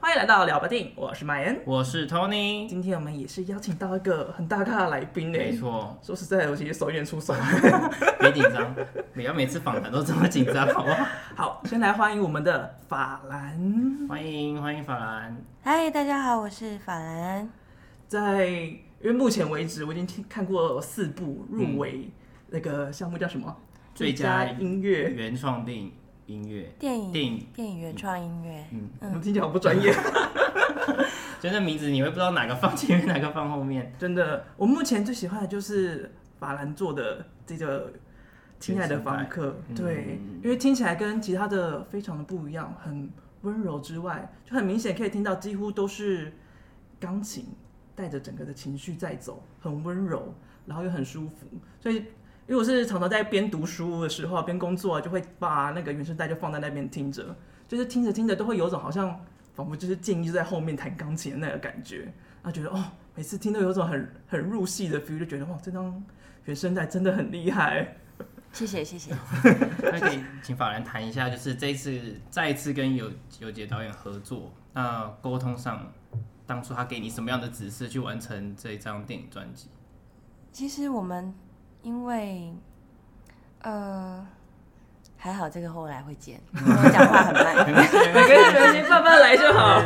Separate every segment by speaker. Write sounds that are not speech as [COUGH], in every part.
Speaker 1: 来到聊吧电影，我是马恩。
Speaker 2: 我是 Tony，
Speaker 1: 今天我们也是邀请到一个很大咖的来宾
Speaker 2: 没
Speaker 1: 诶。
Speaker 2: 错，
Speaker 1: 说实在的，我其实手有点出手。 [LAUGHS]
Speaker 2: 别紧张，不要每次访谈都这么紧张，好不好？
Speaker 1: 好，先来欢迎我们的法兰。
Speaker 2: 欢迎欢迎法兰，
Speaker 3: 嗨，大家好，我是法兰。
Speaker 1: 在因为目前为止，我已经听看过四部入围那个项目叫什么？
Speaker 2: 最佳
Speaker 1: 音乐。
Speaker 2: 原创电影音乐
Speaker 3: 电影
Speaker 2: 电影，
Speaker 3: 电影原创音乐，
Speaker 2: 嗯，
Speaker 1: 我们听起来好不专业， [LAUGHS]
Speaker 2: 就那名字你会不知道哪个放前面，哪个放后面。
Speaker 1: 真的。我目前最喜欢的就是法兰做的这个《亲爱的房客》，
Speaker 2: 原声带
Speaker 1: 对
Speaker 2: 嗯，
Speaker 1: 因为听起来跟其他的非常的不一样，很温柔之外，就很明显可以听到几乎都是钢琴带着整个的情绪在走，很温柔，然后又很舒服，所以。因为我是常常在边读书的时候啊边工作，就会把那个原声带就放在那边听着，就是听着听着都会有种好像仿佛就是建议就在后面弹钢琴的那个感觉，然后觉得哦，每次听都有种很很入戏的 feel，就觉得哇，这张原声带真的很厉害。
Speaker 3: 谢谢谢谢。
Speaker 2: 那可以请法兰谈一下，就是这一次再一次跟有有杰导演合作，那沟通上，当初他给你什么样的指示去完成这一张电影专辑？
Speaker 3: 其实我们因为，呃，还好这个后来会剪，我讲话很慢。
Speaker 1: 每个人专心慢慢来就好。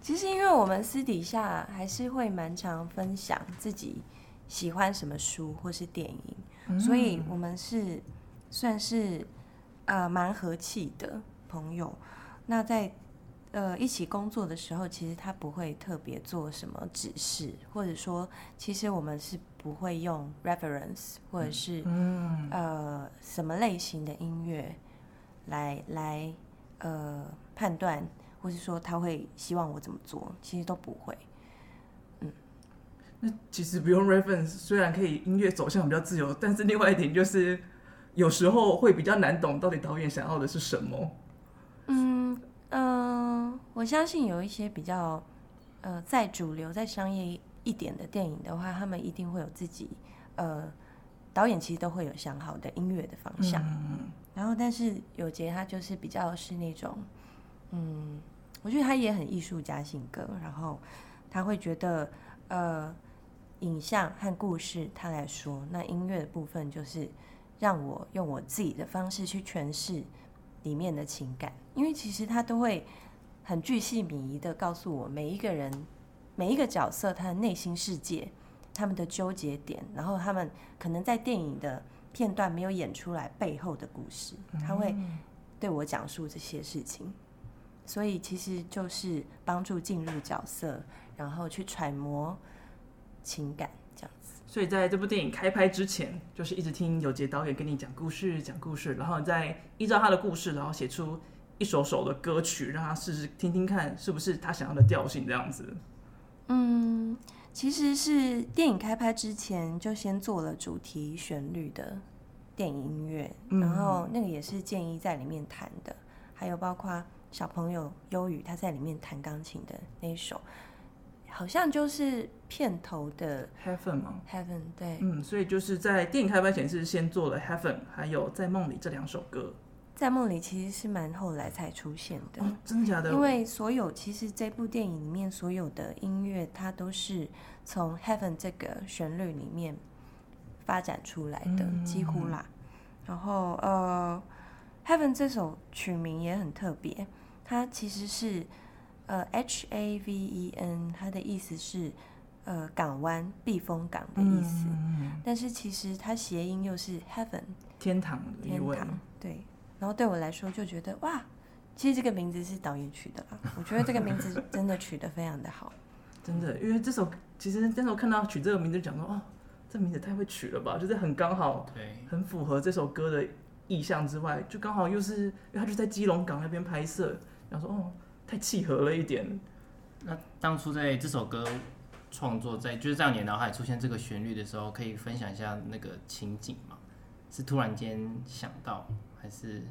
Speaker 3: 其实因为我们私底下还是会蛮常分享自己喜欢什么书或是电影，所以我们是算是呃蛮和气的朋友。那在呃一起工作的时候，其实他不会特别做什么指示，或者说，其实我们是不会用 reference 或者是、
Speaker 1: 嗯，
Speaker 3: 呃什么类型的音乐来来呃判断，或是说他会希望我怎么做，其实都不会。
Speaker 1: 那其实不用 reference，虽然可以音乐走向比较自由，但是另外一点就是有时候会比较难懂到底导演想要的是什么。
Speaker 3: 嗯嗯、呃我相信有一些比较呃在主流、在商业一点的电影的话，他们一定会有自己呃导演其实都会有想好的音乐的方向。
Speaker 1: 嗯，
Speaker 3: 然后，但是有杰他就是比较是那种，嗯，我觉得他也很艺术家性格，然后他会觉得，呃，影像和故事他来说，那音乐的部分就是让我用我自己的方式去诠释里面的情感，因为其实他都会很巨细靡遗的告诉我每一个人、每一个角色他的内心世界、他们的纠结点，然后他们可能在电影的片段没有演出来背后的故事，他会对我讲述这些事情，所以其实就是帮助进入角色，然后去揣摩情感这样子。
Speaker 1: 所以在这部电影开拍之前，就是一直听有杰导演跟你讲故事，讲故事，然后你再依照他的故事，然后写出一首首的歌曲，让他试试听听看是不是他想要的调性这样子。
Speaker 3: 嗯，其实是电影开拍之前就先做了主题旋律的电影音乐，
Speaker 1: 嗯
Speaker 3: 然后那个也是建议在里面弹的，还有包括小朋友忧郁他在里面弹钢琴的那一首，好像就是片头的
Speaker 1: Heaven 吗？
Speaker 3: Heaven 对，
Speaker 1: 嗯，所以就是在电影开拍前是先做了《Heaven》还有《在梦里》这两首歌。
Speaker 3: 在梦里其实是蛮后来才出现的。
Speaker 1: 哦，真的假的？
Speaker 3: 因为所有其实这部电影里面所有的音乐，它都是从 Heaven 这个旋律里面发展出来的，
Speaker 1: 嗯
Speaker 3: 几乎啦。然后呃，Heaven 这首曲名也很特别，它其实是呃 H A V E N，它的意思是呃港湾、避风港的意思。
Speaker 1: 嗯
Speaker 3: 但是其实它谐音又是 Heaven，
Speaker 1: 天堂的意
Speaker 3: 天
Speaker 1: 味。
Speaker 3: 堂，对。然后对我来说就觉得哇，其实这个名字是导演取的啦，我觉得这个名字真的取得非常的好。
Speaker 1: 真的，因为这首其实那时候看到取这个名字，讲说哦，这名字太会取了吧，就是很刚好，
Speaker 2: 对，
Speaker 1: 很符合这首歌的意象之外，就刚好又是因为他就在基隆港那边拍摄，然后说哦，太契合了一点。
Speaker 2: 那当初在这首歌创作在就是让你的脑海出现这个旋律的时候，可以分享一下那个情景吗？是突然间想到，还是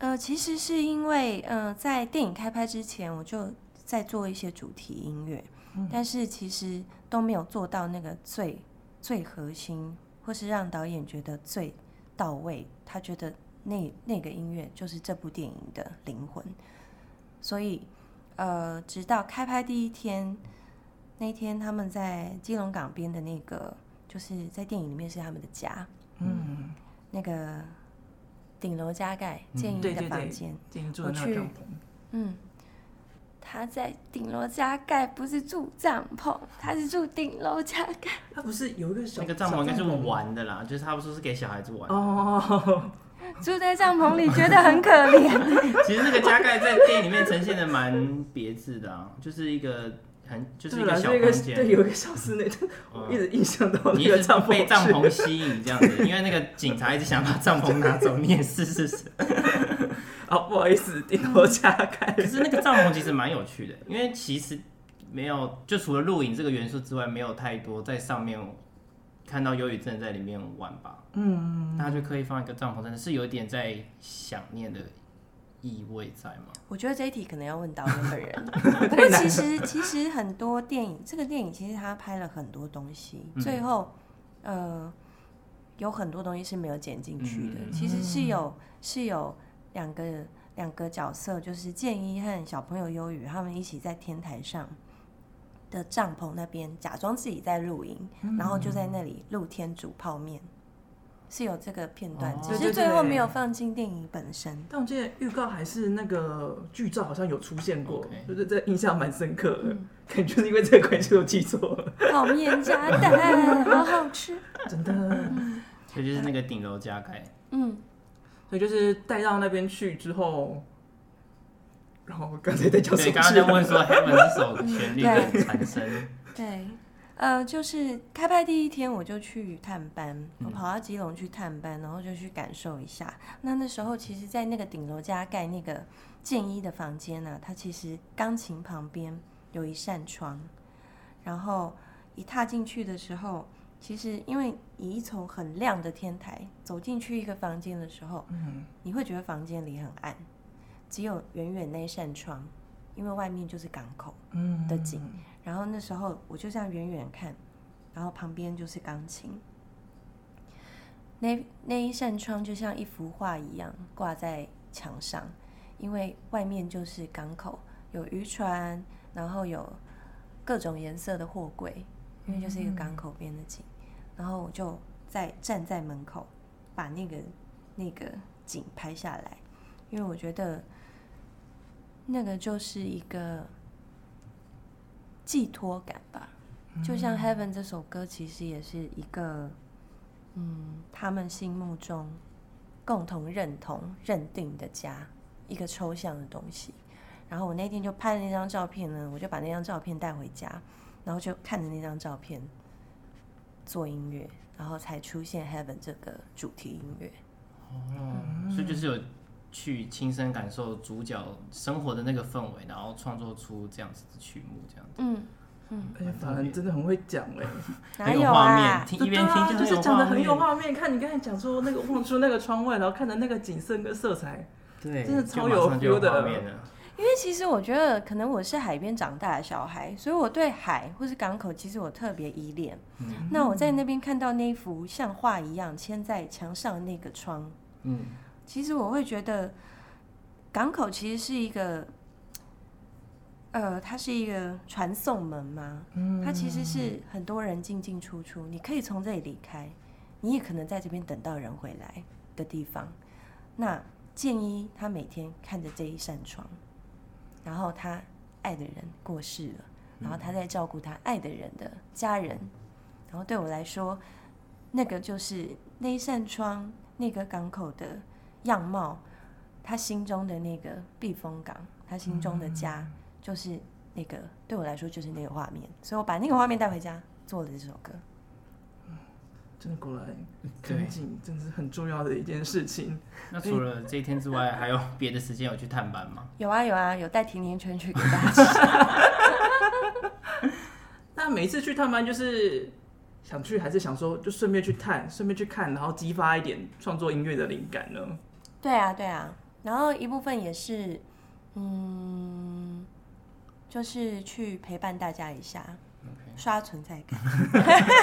Speaker 3: 呃，其实是因为呃，在电影开拍之前，我就在做一些主题音乐，但是其实都没有做到那个最最核心，或是让导演觉得最到位，他觉得那那个音乐就是这部电影的灵魂。所以，呃，直到开拍第一天，那一天他们在基隆港边的那个，就是在电影里面是他们的家，
Speaker 1: 嗯，
Speaker 3: 那个顶楼加盖
Speaker 2: 嗯
Speaker 3: 建议
Speaker 1: 对
Speaker 3: 的
Speaker 1: 对
Speaker 3: 房
Speaker 1: 对
Speaker 3: 间。，
Speaker 1: 建议住的那个帐篷，
Speaker 3: 嗯，他在顶楼加盖，不是住帐篷，他是住顶楼加 [LAUGHS] 盖。
Speaker 1: 它不是有一个小
Speaker 2: 那个帐篷应该是
Speaker 1: 小吗
Speaker 2: 玩的啦，就是他们说是给小孩子玩的。
Speaker 1: 哦， [LAUGHS]
Speaker 3: 住在帐篷里觉得很可怜。
Speaker 2: [LAUGHS] 其实那个加盖在电影里面呈现的蛮别致的啊，就是一个很就是一
Speaker 1: 对
Speaker 2: 个
Speaker 1: 了，
Speaker 2: 小
Speaker 1: 就一
Speaker 2: 空
Speaker 1: 个
Speaker 2: 间
Speaker 1: 对，，有一个小室
Speaker 2: [LAUGHS]
Speaker 1: 内，就
Speaker 2: 嗯
Speaker 1: 我一直印象到
Speaker 2: 你
Speaker 1: 那
Speaker 2: 一
Speaker 1: 个
Speaker 2: 直
Speaker 1: 帐
Speaker 2: 被帐
Speaker 1: 篷
Speaker 2: 篷吸引这样子，因为那个警察一直想把帐篷拿走，你也是是是。
Speaker 1: 去。哦，不好意思，顶
Speaker 3: 嗯
Speaker 1: 楼加盖
Speaker 3: [LAUGHS]
Speaker 2: 可。是那个帐篷其实蛮有趣的，因为其实没有就除了录影这个元素之外，没有太多在上面看到忧郁症在里面玩吧。嗯，大家就刻意放一个帐篷，真的是有点在想念的意味在嘛。
Speaker 3: 我觉得这一题可能要问导演本人，
Speaker 2: [LAUGHS]
Speaker 3: 因为其实其实很多电影，这个电影其实他拍了很多东西，
Speaker 2: 嗯
Speaker 3: 最后呃有很多东西是没有剪进去的，
Speaker 2: 嗯
Speaker 3: 其实是有是有两个两个角色，就是建一和小朋友忧郁，他们一起在天台上。的帐篷那边假装自己在露营，
Speaker 2: 嗯
Speaker 3: 然后就在那里露天煮泡面，是有这个片段
Speaker 2: 哦，
Speaker 3: 只
Speaker 1: 对
Speaker 3: 是
Speaker 1: 对
Speaker 3: 最后
Speaker 1: 对
Speaker 3: 没有放进电影本身。 [LAUGHS]
Speaker 1: 但我记得预告还是那个剧照好像有出现过
Speaker 2: OK
Speaker 1: 就是这印象蛮深刻的，
Speaker 3: 嗯
Speaker 1: [LAUGHS] 可能就是因为这个关系我记错了，
Speaker 3: 泡面加蛋，好好吃。
Speaker 1: 真的。
Speaker 2: 所以就是那个顶楼加盖，
Speaker 3: 嗯，
Speaker 1: [LAUGHS] 所以就是带到那边去之后，然后刚才在讲什
Speaker 2: 对，
Speaker 1: 么啊
Speaker 2: 刚刚
Speaker 1: 去
Speaker 2: 在
Speaker 1: 了？
Speaker 2: 问说 Heaven 这首旋律的产生，
Speaker 3: 对，呃，就是开拍第一天我就去探班，
Speaker 2: 嗯
Speaker 3: 我跑到基隆去探班，然后就去感受一下。那那时候其实，在那个顶楼加盖那个建一的房间呢、它其实钢琴旁边有一扇窗，然后一踏进去的时候。其实，因为你从很亮的天台走进去一个房间的时候，
Speaker 1: 嗯，
Speaker 3: 你会觉得房间里很暗，只有远远那一扇窗，因为外面就是港口。
Speaker 1: 嗯
Speaker 3: 的景然后那时候我就这样远远看，然后旁边就是钢琴。那那一扇窗就像一幅画一样挂在墙上，因为外面就是港口，有渔船，然后有各种颜色的货柜，因为就是一个港口边的景。然后我就在站在门口，把那个那个景拍下来，因为我觉得那个就是一个寄托感吧。就像《Heaven》这首歌，其实也是一个，嗯，他们心目中共同认同、认定的家，一个抽象的东西。然后我那天就拍了那张照片呢，我就把那张照片带回家，然后就看着那张照片做音乐，然后才出现《Heaven》这个主题音乐。
Speaker 2: 所以就是有去亲身感受主角生活的那个氛围，然后创作出这样子的曲目，这样
Speaker 3: 嗯，
Speaker 1: 哎，法兰真的很会讲哎、
Speaker 3: 哪
Speaker 2: 很有
Speaker 3: 有
Speaker 2: 画
Speaker 3: 啊
Speaker 2: 面，？听一边
Speaker 1: 对啊
Speaker 2: 听
Speaker 1: 就是
Speaker 2: 很
Speaker 1: 讲的很有
Speaker 2: 有画面，
Speaker 1: 画面。看你刚才讲说那个望出那个窗外，然后看着那个景色跟色彩，
Speaker 2: 对，
Speaker 1: 真的
Speaker 2: 就
Speaker 1: 超
Speaker 2: 马
Speaker 1: 有
Speaker 2: 上就有
Speaker 1: feel 的
Speaker 2: 画面了。
Speaker 3: 因为其实我觉得，可能我是海边长大的小孩，所以我对海或是港口，其实我特别依恋。
Speaker 2: 嗯
Speaker 3: 那我在那边看到那一幅像画一样牵在墙上的那个窗，
Speaker 2: 嗯，
Speaker 3: 其实我会觉得，港口其实是一个，呃，它是一个传送门嘛，
Speaker 2: 嗯
Speaker 3: 它其实是很多人进进出出，你可以从这里离开，你也可能在这边等到人回来的地方。那建一他每天看着这一扇窗，然后他爱的人过世了，然后他在照顾他爱的人的家人，然后对我来说，那个就是那一扇窗，那个港口的样貌，他心中的那个避风港，他心中的家，就是那个对我来说就是那个画面，所以我把那个画面带回家，做了这首歌。
Speaker 1: 真的果然
Speaker 2: 对
Speaker 1: 看。景真的是很重要的一件事情。
Speaker 2: 那除了这一天之外，还有别的时间有去探班吗？
Speaker 3: 有啊有啊，有带甜甜圈去给大家吃。
Speaker 1: 那每一次去探班就是。想去还是想说，就顺便去探，顺便去看，然后激发一点创作音乐的灵感呢？
Speaker 3: 对啊对啊，然后一部分也是，嗯，就是去陪伴大家一下，刷存在感。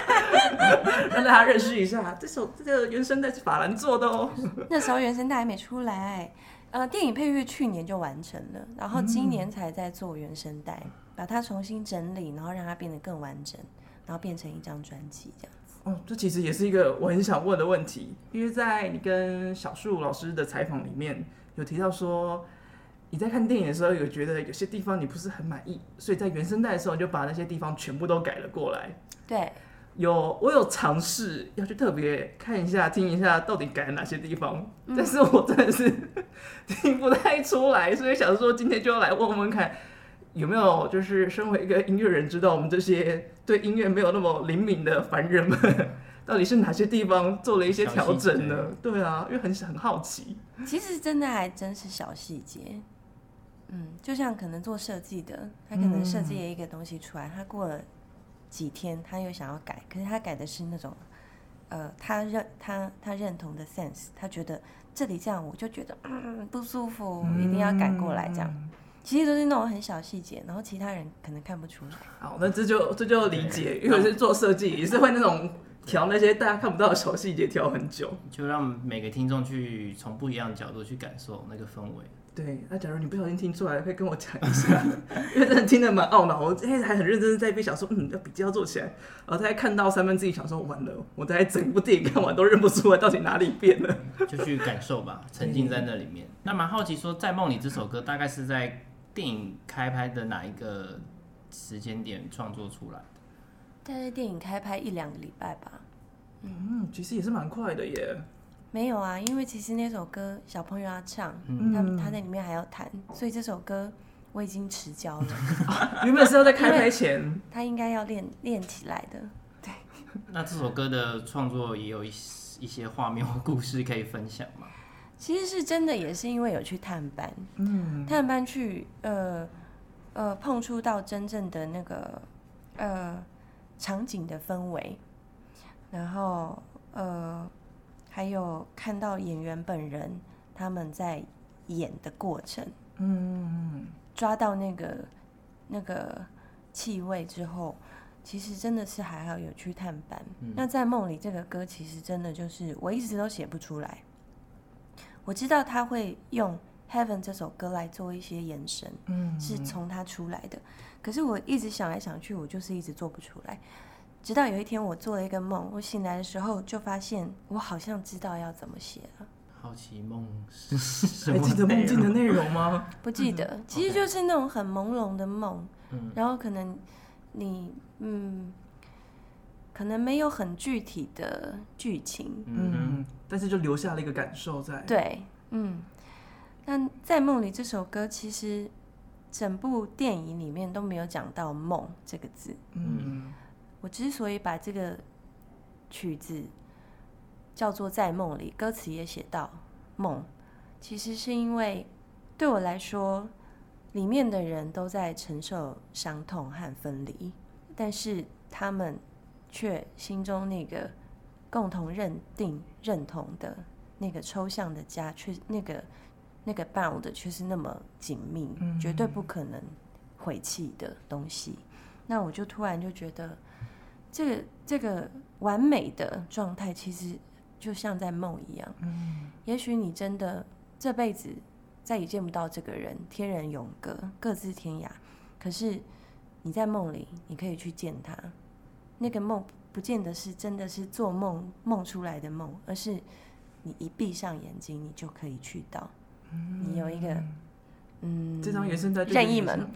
Speaker 3: [LAUGHS]
Speaker 1: 让大家认识一下，这首这个原声带是法兰做的哦。
Speaker 3: 那时候原声带还没出来，呃，电影配乐去年就完成了，然后今年才在做原声带，把它重新整理，然后让它变得更完整，然后变成一张专辑这样。
Speaker 1: 哦，这其实也是一个我很想问的问题，因为在你跟小树老师的采访里面有提到说，你在看电影的时候有觉得有些地方你不是很满意，所以在原声带的时候你就把那些地方全部都改了过来。
Speaker 3: 对，
Speaker 1: 有我有尝试要去特别看一下、听一下到底改了哪些地方，但是我真的是 [LAUGHS] 听不太出来，所以想说今天就要来问问看，有没有就是身为一个音乐人，知道我们这些对音乐没有那么灵敏的凡人们， [LAUGHS] 到底是哪些地方做了一些调整呢？对啊，因为很很好奇。
Speaker 3: [LAUGHS] 其实真的还真是小细节。嗯，就像可能做设计的，他可能设计了一个东西出来，他过了几天，他又想要改，可是他改的是那种，呃，他认他他认同的 sense，他觉得这里这样我就觉得、嗯、不舒服，一定要改过来这样。其实都是那种很小细节，然后其他人可能看不出来。
Speaker 1: 好，那这就这就理解，因为我是做设计，也是会那种调那些大家看不到的小细节调很久。
Speaker 2: 就让每个听众去从不一样的角度去感受那个氛围。
Speaker 1: 对，那假如你不小心听出来，可以跟我讲一下， [LAUGHS] 因为真的听得蛮懊恼，我哎还很认真地在一边想说，嗯，要笔记要做起来，然后大概看到三分之一，想说完了，我大概整部电影看完都认不出来到底哪里变了。
Speaker 2: 就去感
Speaker 1: [LAUGHS]
Speaker 2: 受吧，沉浸在那里面。那蛮好奇说，《在梦里》这首歌大概是在电影开拍的哪一个时间点创作出来的？
Speaker 3: 但是电影开拍一两个礼拜吧，
Speaker 1: 嗯，其实也是蛮快的耶。
Speaker 3: 没有啊，因为其实那首歌小朋友要唱，
Speaker 1: 嗯
Speaker 3: 他们他在里面还要弹，所以这首歌我已经迟交了，
Speaker 1: [LAUGHS] 嗯原本是要在开拍前，
Speaker 3: 他应该要练练起来的。
Speaker 2: 那这首歌的创作也有一些一些画面或故事可以分享吗？
Speaker 3: 其实是真的，也是因为有去探班，
Speaker 1: 嗯，
Speaker 3: 探班去呃呃碰触到真正的那个呃场景的氛围，然后呃还有看到演员本人他们在演的过程，
Speaker 1: 嗯，
Speaker 3: 抓到那个那个气味之后，其实真的是还好有去探班。那在梦里这个歌，其实真的就是我一直都写不出来。我知道他会用《Heaven》这首歌来做一些延伸，
Speaker 1: 嗯
Speaker 3: 是从他出来的。可是我一直想来想去，我就是一直做不出来。直到有一天，我做了一个梦，我醒来的时候就发现，我好像知道要怎么写了。
Speaker 2: 好奇梦是什
Speaker 1: 还
Speaker 2: 么？
Speaker 1: 记得梦境的内容吗？
Speaker 3: 不记得，其实就是那种很朦胧的梦，然后可能你嗯，可能没有很具体的剧情，
Speaker 2: 嗯，
Speaker 1: 嗯，但是就留下了一个感受在。
Speaker 3: 对，嗯。但在梦里这首歌，其实整部电影里面都没有讲到“梦”这个字。
Speaker 1: 嗯，
Speaker 3: 我之所以把这个曲子叫做《在梦里》，歌词也写到梦，其实是因为对我来说，里面的人都在承受伤痛和分离，但是他们却心中那个共同认定、认同的那个抽象的家，却那个那个 bound 却是那么紧密，
Speaker 1: 嗯
Speaker 3: 绝对不可能毁弃的东西。那我就突然就觉得，这个这个完美的状态，其实就像在梦一样。嗯，也许你真的这辈子再也见不到这个人，天人永隔，各自天涯。可是你在梦里，你可以去见他。那个梦不见得是真的是做梦梦出来的梦，而是你一闭上眼睛，你就可以去到。你有一个嗯，
Speaker 1: 这张原声带就
Speaker 3: 任意
Speaker 1: [LAUGHS]
Speaker 3: 门，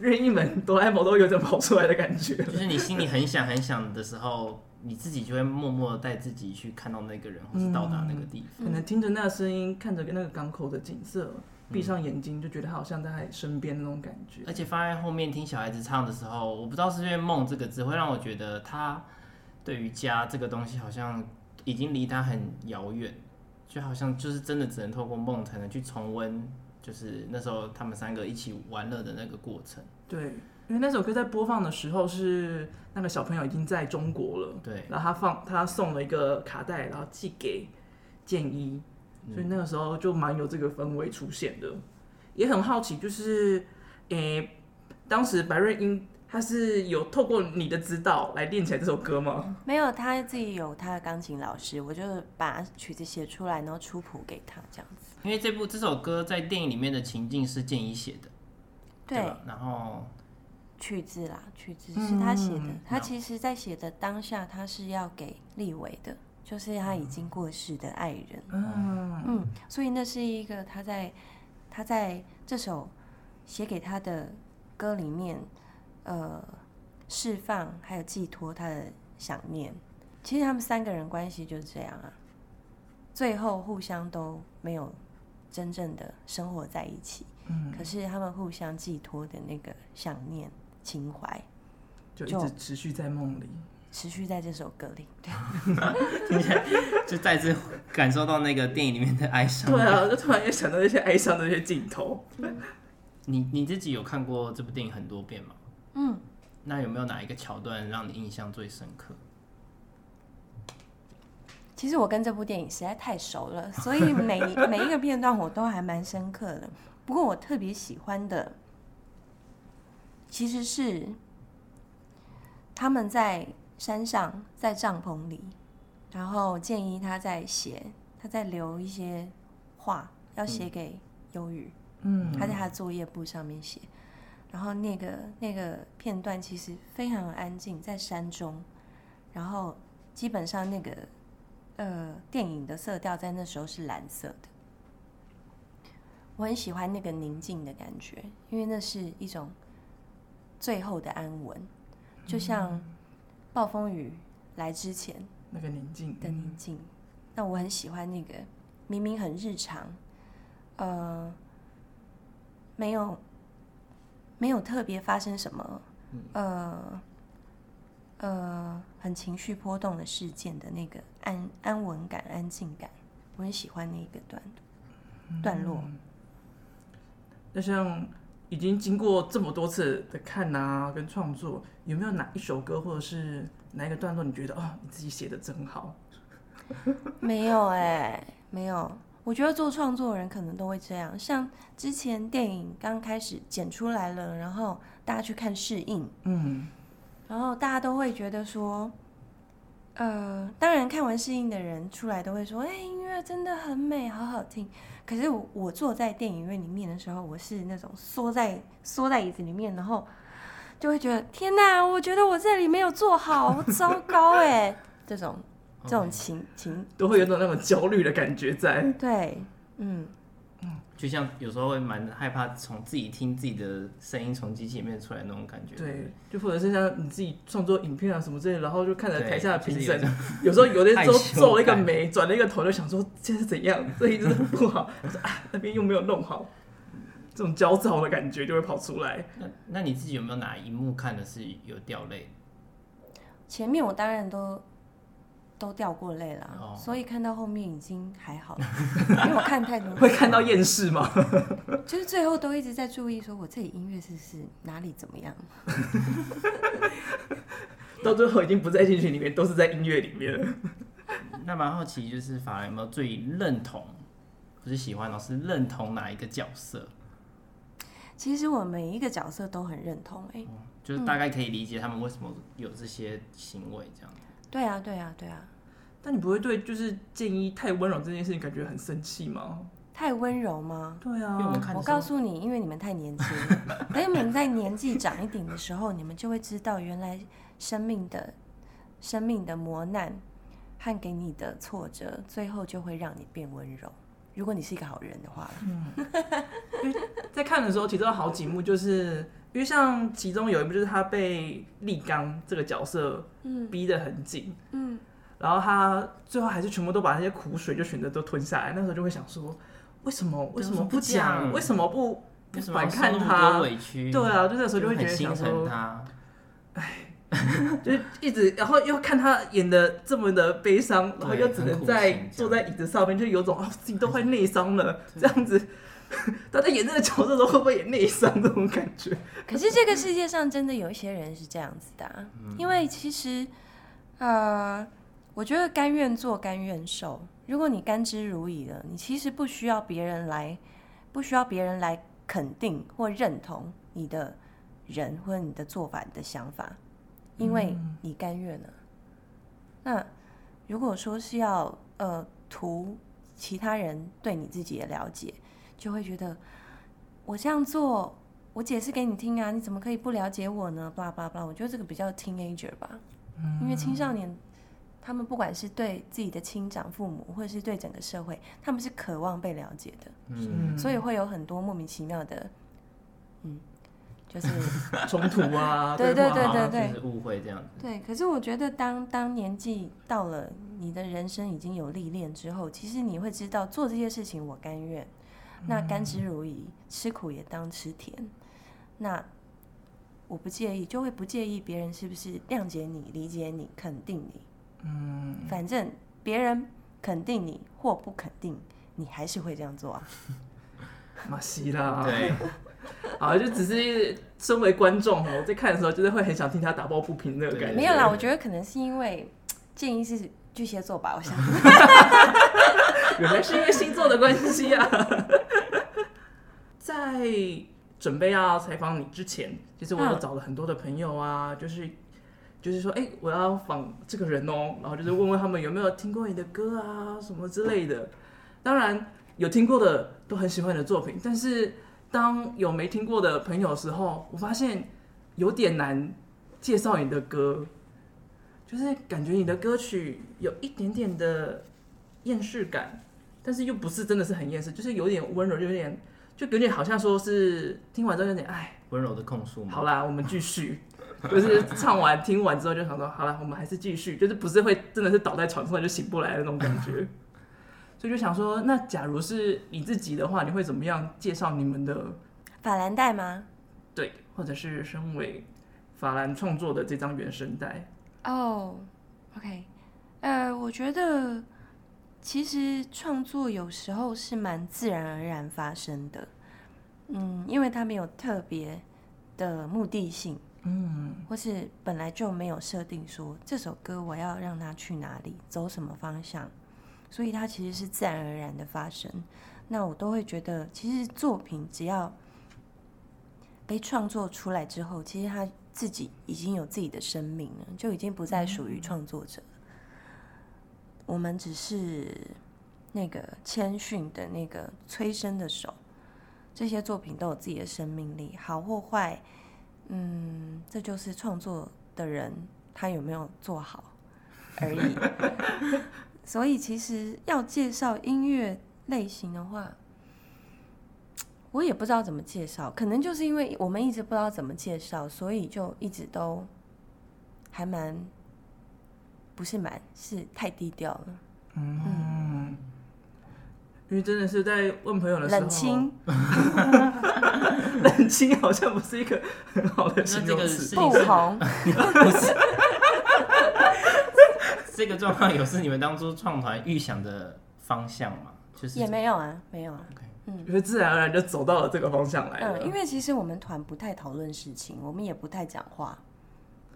Speaker 1: 任意门， [LAUGHS] 哆啦 A 梦都有点跑出来的感觉。
Speaker 2: [LAUGHS] 就是你心里很想很想的时候，你自己就会默默的带自己去看到那个人，或是到达那
Speaker 1: 嗯
Speaker 2: 个地方。
Speaker 1: 可能听着那个声音，看着那个港口的景色，闭上眼睛就觉得他好像在身边那种感觉。
Speaker 2: 而且放在后面听小孩子唱的时候，我不知道是因为“梦”这个字会让我觉得他对于家这个东西好像已经离他很遥远，就好像就是真的只能透过梦才能去重温，就是那时候他们三个一起玩乐的那个过程。
Speaker 1: 对，因为那首歌在播放的时候是那个小朋友已经在中国了，
Speaker 2: 对，
Speaker 1: 然后他放他送了一个卡带，然后寄给建一，所以那个时候就蛮有这个氛围出现的。也很好奇，就是诶、当时白瑞英他是有透过你的指导来练起来这首歌吗？
Speaker 3: 没有，他自己有他的钢琴老师，我就把曲子写出来，然后出谱给他这样子。
Speaker 2: 因为这部这首歌在电影里面的情境是建一写的，对啊
Speaker 3: 对，
Speaker 2: 吧？然后
Speaker 3: 曲子啦，曲子是他写的。
Speaker 1: 嗯
Speaker 3: 他其实，在写的当下，他是要给立伟的，就是他已经过世的爱人。
Speaker 1: 嗯，
Speaker 3: 嗯，所以那是一个他在他在这首写给他的歌里面，呃，释放还有寄托他的想念。其实他们三个人关系就是这样啊，最后互相都没有真正的生活在一起，
Speaker 1: 嗯，
Speaker 3: 可是他们互相寄托的那个想念情怀，
Speaker 1: 就一
Speaker 3: 就
Speaker 1: 直持续在梦里。
Speaker 3: 持续在这首歌里。
Speaker 2: 就再次感受到那个电影里面的哀伤。
Speaker 1: 对啊，就突然也想到那些哀伤的那些镜头。
Speaker 2: 你你自己有看过这部电影很多遍吗？
Speaker 3: 嗯，
Speaker 2: 那有没有哪一个桥段让你印象最深刻？
Speaker 3: 其实我跟这部电影实在太熟了， [LAUGHS] 所以每每一个片段我都还蛮深刻的。不过我特别喜欢的，其实是他们在山上，在帐篷里，然后建议他在写，他在留一些话，要写给忧郁。
Speaker 1: 嗯，
Speaker 3: 他在他的作业簿上面写。然后那个那个片段其实非常安静，在山中，然后基本上那个呃电影的色调在那时候是蓝色的。我很喜欢那个宁静的感觉，因为那是一种最后的安稳，就像暴风雨来之前
Speaker 1: 那个宁静，
Speaker 3: 的宁静。那我很喜欢那个，明明很日常，呃，没有没有特别发生什么，呃呃，很情绪波动的事件的那个安安稳感、安静感，我很喜欢那一个段段落。
Speaker 1: 那像已经经过这么多次的看啊，跟创作，有没有哪一首歌或者是哪一个段落，你觉得哦，你自己写的真好？
Speaker 3: 没有哎、没有。我觉得做创作的人可能都会这样，像之前电影刚开始剪出来了，然后大家去看试映，
Speaker 1: 嗯，
Speaker 3: 然后大家都会觉得说，呃，当然看完试映的人出来都会说，哎、音乐真的很美，好好听。可是我我坐在电影院里面的时候，我是那种缩在缩在椅子里面，然后就会觉得天哪，我觉得我这里没有做好，我糟糕哎、 [LAUGHS] 这种这种
Speaker 2: OK
Speaker 3: 情情
Speaker 1: 都会有种那种焦虑的感觉在。
Speaker 3: 对，嗯，
Speaker 2: 就像有时候会蛮害怕从自己听自己的声音从机器里面出来那种感觉。不
Speaker 1: 对，就或者是像你自己创作影片啊什么之类的，然后就看着
Speaker 2: 对
Speaker 1: 台下的评审
Speaker 2: 就是，
Speaker 1: 有时候有的
Speaker 2: 害
Speaker 1: 时候
Speaker 2: 羞
Speaker 1: 皱了一个
Speaker 2: 感
Speaker 1: 眉，转了一个头，就想说这是怎样，这一直都不好，我说啊那边又没有弄好，这种焦躁的感觉就会跑出来。
Speaker 2: 那那你自己有没有哪一幕看的是有掉泪？
Speaker 3: 前面我当然都都掉过泪了，
Speaker 2: 哦
Speaker 3: 所以看到后面已经还
Speaker 2: [LAUGHS]
Speaker 3: 好了，因为我看太多
Speaker 1: [LAUGHS] 会看到厌世吗？ [LAUGHS]
Speaker 3: 就是最后都一直在注意，说我这里音乐是不是哪里怎么样？
Speaker 1: 到最后已经不在进群里面，都是在音乐里面了。
Speaker 2: 那蛮好奇，就是法兰有没有最认同，不是喜欢哦，是认同哪一个角色？
Speaker 3: 其实我每一个角色都很认同、哎，
Speaker 2: 就是
Speaker 1: 嗯
Speaker 2: 大概可以理解他们为什么有这些行为这样。
Speaker 3: 对啊，对啊，对啊，
Speaker 1: 但你不会对就是建议太温柔这件事情感觉很生气吗？
Speaker 3: 太温柔吗？
Speaker 1: 对
Speaker 2: 因为我们
Speaker 1: 啊，
Speaker 2: 看
Speaker 3: 我
Speaker 2: 的
Speaker 3: 告
Speaker 2: 时候，
Speaker 3: 诉你，因为你们太年轻了，等你们在年纪长一点的时候，你们就会知道，原来生命的生命的磨难和给你的挫折，最后就会让你变温柔。如果你是一个好人的话啦，
Speaker 1: 在看的时候其实有好几幕，就是因为像其中有一幕就是他被力刚这个角色
Speaker 3: 嗯
Speaker 1: 逼得很紧，
Speaker 3: 嗯，
Speaker 1: 然后他最后还是全部都把那些苦水就选择都吞下来。那时候就会想说，为什么为什么不讲？
Speaker 2: 讲
Speaker 1: 为什么不？
Speaker 2: 为什么要
Speaker 1: 反抗
Speaker 2: 受那么
Speaker 1: 他
Speaker 2: 多委屈？
Speaker 1: 对啊，就那时候就
Speaker 2: 就
Speaker 1: 会觉
Speaker 2: 很
Speaker 1: 得
Speaker 2: 心
Speaker 1: 想
Speaker 2: 疼
Speaker 1: 说，
Speaker 2: 他。
Speaker 1: [LAUGHS] 就是一直，然后又看他演的这么的悲伤，然后
Speaker 2: 对
Speaker 1: 又只
Speaker 2: 很
Speaker 1: 能
Speaker 2: 苦
Speaker 1: 在
Speaker 2: 情这
Speaker 1: 坐
Speaker 2: 样
Speaker 1: 在椅子上面，就有种哦自己都
Speaker 2: [LAUGHS]
Speaker 1: 快内伤了这样子。 [LAUGHS] 他在演这个角色的时候，会不会也内伤这种感觉？
Speaker 3: 可是这个世界上真的有一些人是这样子的、啊，因为其实，呃，我觉得甘愿做甘愿受。如果你甘之如饴了，你其实不需要别人来，不需要别人来肯定或认同你的人或者你的做法、你的想法，因为你甘愿了。那如果说是要呃图其他人对你自己的了解，就会觉得我这样做，我解释给你听啊，你怎么可以不了解我呢？巴拉巴拉巴拉，我觉得这个比较 teenager 吧，因为青少年他们不管是对自己的亲长、父母，或者是对整个社会，他们是渴望被了解的，
Speaker 2: 嗯，
Speaker 3: 所以会有很多莫名其妙的，嗯，就是
Speaker 1: 冲突啊，
Speaker 3: 对
Speaker 1: 对
Speaker 3: 对对
Speaker 1: 话啊
Speaker 3: 对对
Speaker 2: 就是误会这样子，
Speaker 3: 对，可是我觉得当当年纪到了，你的人生已经有历练之后，其实你会知道做这些事情我甘愿，那甘之如饴，吃苦也当吃甜。那我不介意，就会不介意别人是不是谅解你、理解你、肯定你。嗯，反正别人肯定你或不肯定，你还是会这样做啊。
Speaker 1: 马西啦，
Speaker 2: 对，
Speaker 1: 啊，就只是身为观众哦，我在看的时候就是会很想听他打抱不平那个感觉。
Speaker 3: 没有啦，我觉得可能是因为建议是巨蟹座吧，我想。 [LAUGHS]
Speaker 1: 原来是因为星座的关系啊。在准备要采访你之前，其实我有
Speaker 3: 嗯
Speaker 1: 找了很多的朋友啊，就是就是说，哎、我要访这个人哦，然后就是问问他们有没有听过你的歌啊，什么之类的。当然有听过的都很喜欢你的作品，但是当有没听过的朋友的时候，我发现有点难介绍你的歌，就是感觉你的歌曲有一点点的厌世感，但是又不是真的是很厌世，就是有点温柔，就有点就有点好像说是听完之后有点哎，
Speaker 2: 温柔的控诉嘛，
Speaker 1: 好啦，我们继续。 [LAUGHS] 就是唱完听完之后就想说，好了，我们还是继续，就是不是会真的是倒在床上就醒不来的那种感觉。所以就想说，那假如是你自己的话，你会怎么样介绍你们的
Speaker 3: 法兰黛吗？
Speaker 1: 对，或者是身为法兰创作的这张原声带？
Speaker 3: 哦、o k 呃，我觉得其实创作有时候是蛮自然而然发生的，嗯，因为它没有特别的目的性，嗯，或是本来就没有设定说这首歌我要让它去哪里，走什么方向，所以它其实是自然而然的发生。那我都会觉得，其实作品只要被创作出来之后，其实他自己已经有自己的生命了，就已经不再属于创作者了。我们只是那个谦逊的那个催生的手，这些作品都有自己的生命力，好或坏，嗯，这就是创作的人他有没有做好而已。所以其实要介绍音乐类型的话，我也不知道怎么介绍，可能就是因为我们一直不知道怎么介绍，所以就一直都还蛮不是蛮是太低调了，
Speaker 1: 因为真的是在问朋友的时候，
Speaker 3: 冷清
Speaker 1: [LAUGHS] 冷清好像不是一个很好的
Speaker 2: 那
Speaker 1: 形
Speaker 2: 这
Speaker 1: 容
Speaker 2: 个
Speaker 1: 词
Speaker 2: 是。
Speaker 3: 不红。
Speaker 1: [LAUGHS]
Speaker 2: 这个状况有是你们当初创团预想的方向吗？就是
Speaker 3: 也没有啊，没有啊。
Speaker 1: 就是自然而然就走到了这个方向 [LAUGHS] 来了。
Speaker 3: 嗯，因为其实我们团不太讨论事情，我们也不太讲话，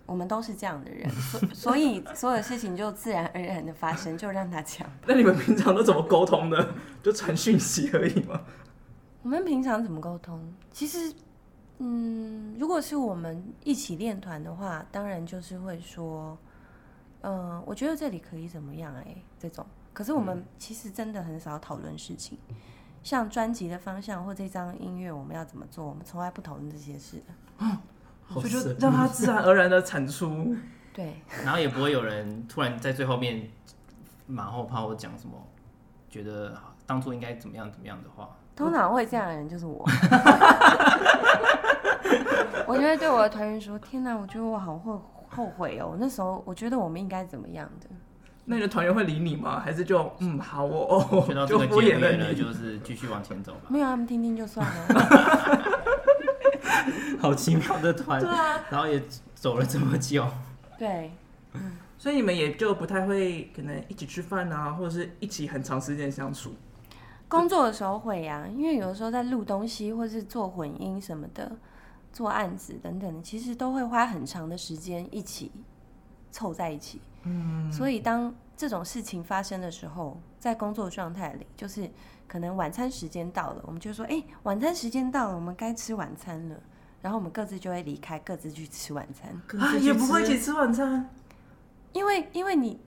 Speaker 3: 我们都是这样的人，所所以所有事情就自然而然的发生，就让他讲。
Speaker 1: 那你们平常都怎么沟通的？ [LAUGHS] 就传讯息而已吗？
Speaker 3: 我们平常怎么沟通？其实，嗯，如果是我们一起练团的话，当然就是会说，嗯、我觉得这里可以怎么样、哎，这种。可是我们其实真的很少讨论事情，像专辑的方向或这张音乐我们要怎么做，我们从来不讨论这些事的。
Speaker 2: 好
Speaker 1: 所以就
Speaker 2: 神秘啊
Speaker 1: 让它自然而然的产出。
Speaker 3: 对，
Speaker 2: 然后也不会有人突然在最后面马后炮或讲什么，觉得当初应该怎么样怎么样的话，
Speaker 3: 通常会这样的人就是我。我就会对我的团员说：“天哪，我觉得我好后后悔哦！那时候我觉得我们应该怎么样的。”
Speaker 1: 那你的团员会理你吗？还是就嗯好哦，哦
Speaker 2: 学到这
Speaker 1: 就
Speaker 2: 个
Speaker 1: 敷衍
Speaker 2: 节目
Speaker 1: 了
Speaker 2: 了，
Speaker 1: 你？
Speaker 2: 就是继续往前走
Speaker 1: [LAUGHS]
Speaker 2: 吧。
Speaker 3: 没有，他们听听就算了。
Speaker 2: 好奇妙的团
Speaker 1: 对，啊，
Speaker 2: 然后也走了这么久，
Speaker 3: 对，
Speaker 1: 所以你们也就不太会可能一起吃饭啊，或者是一起很长时间相处。
Speaker 3: 工作的时候会呀、因为有的时候在录东西，或是做混音什么的，做案子等等的，其实都会花很长的时间一起凑在一起。嗯，所以当这种事情发生的时候，在工作状态里，就是可能晚餐时间到了，我们就说，哎、晚餐时间到了，我们该吃晚餐了。然后我们各自就会离开，各自去吃晚餐，
Speaker 1: 嗯啊，也不会一起吃晚餐，
Speaker 3: 因为因为你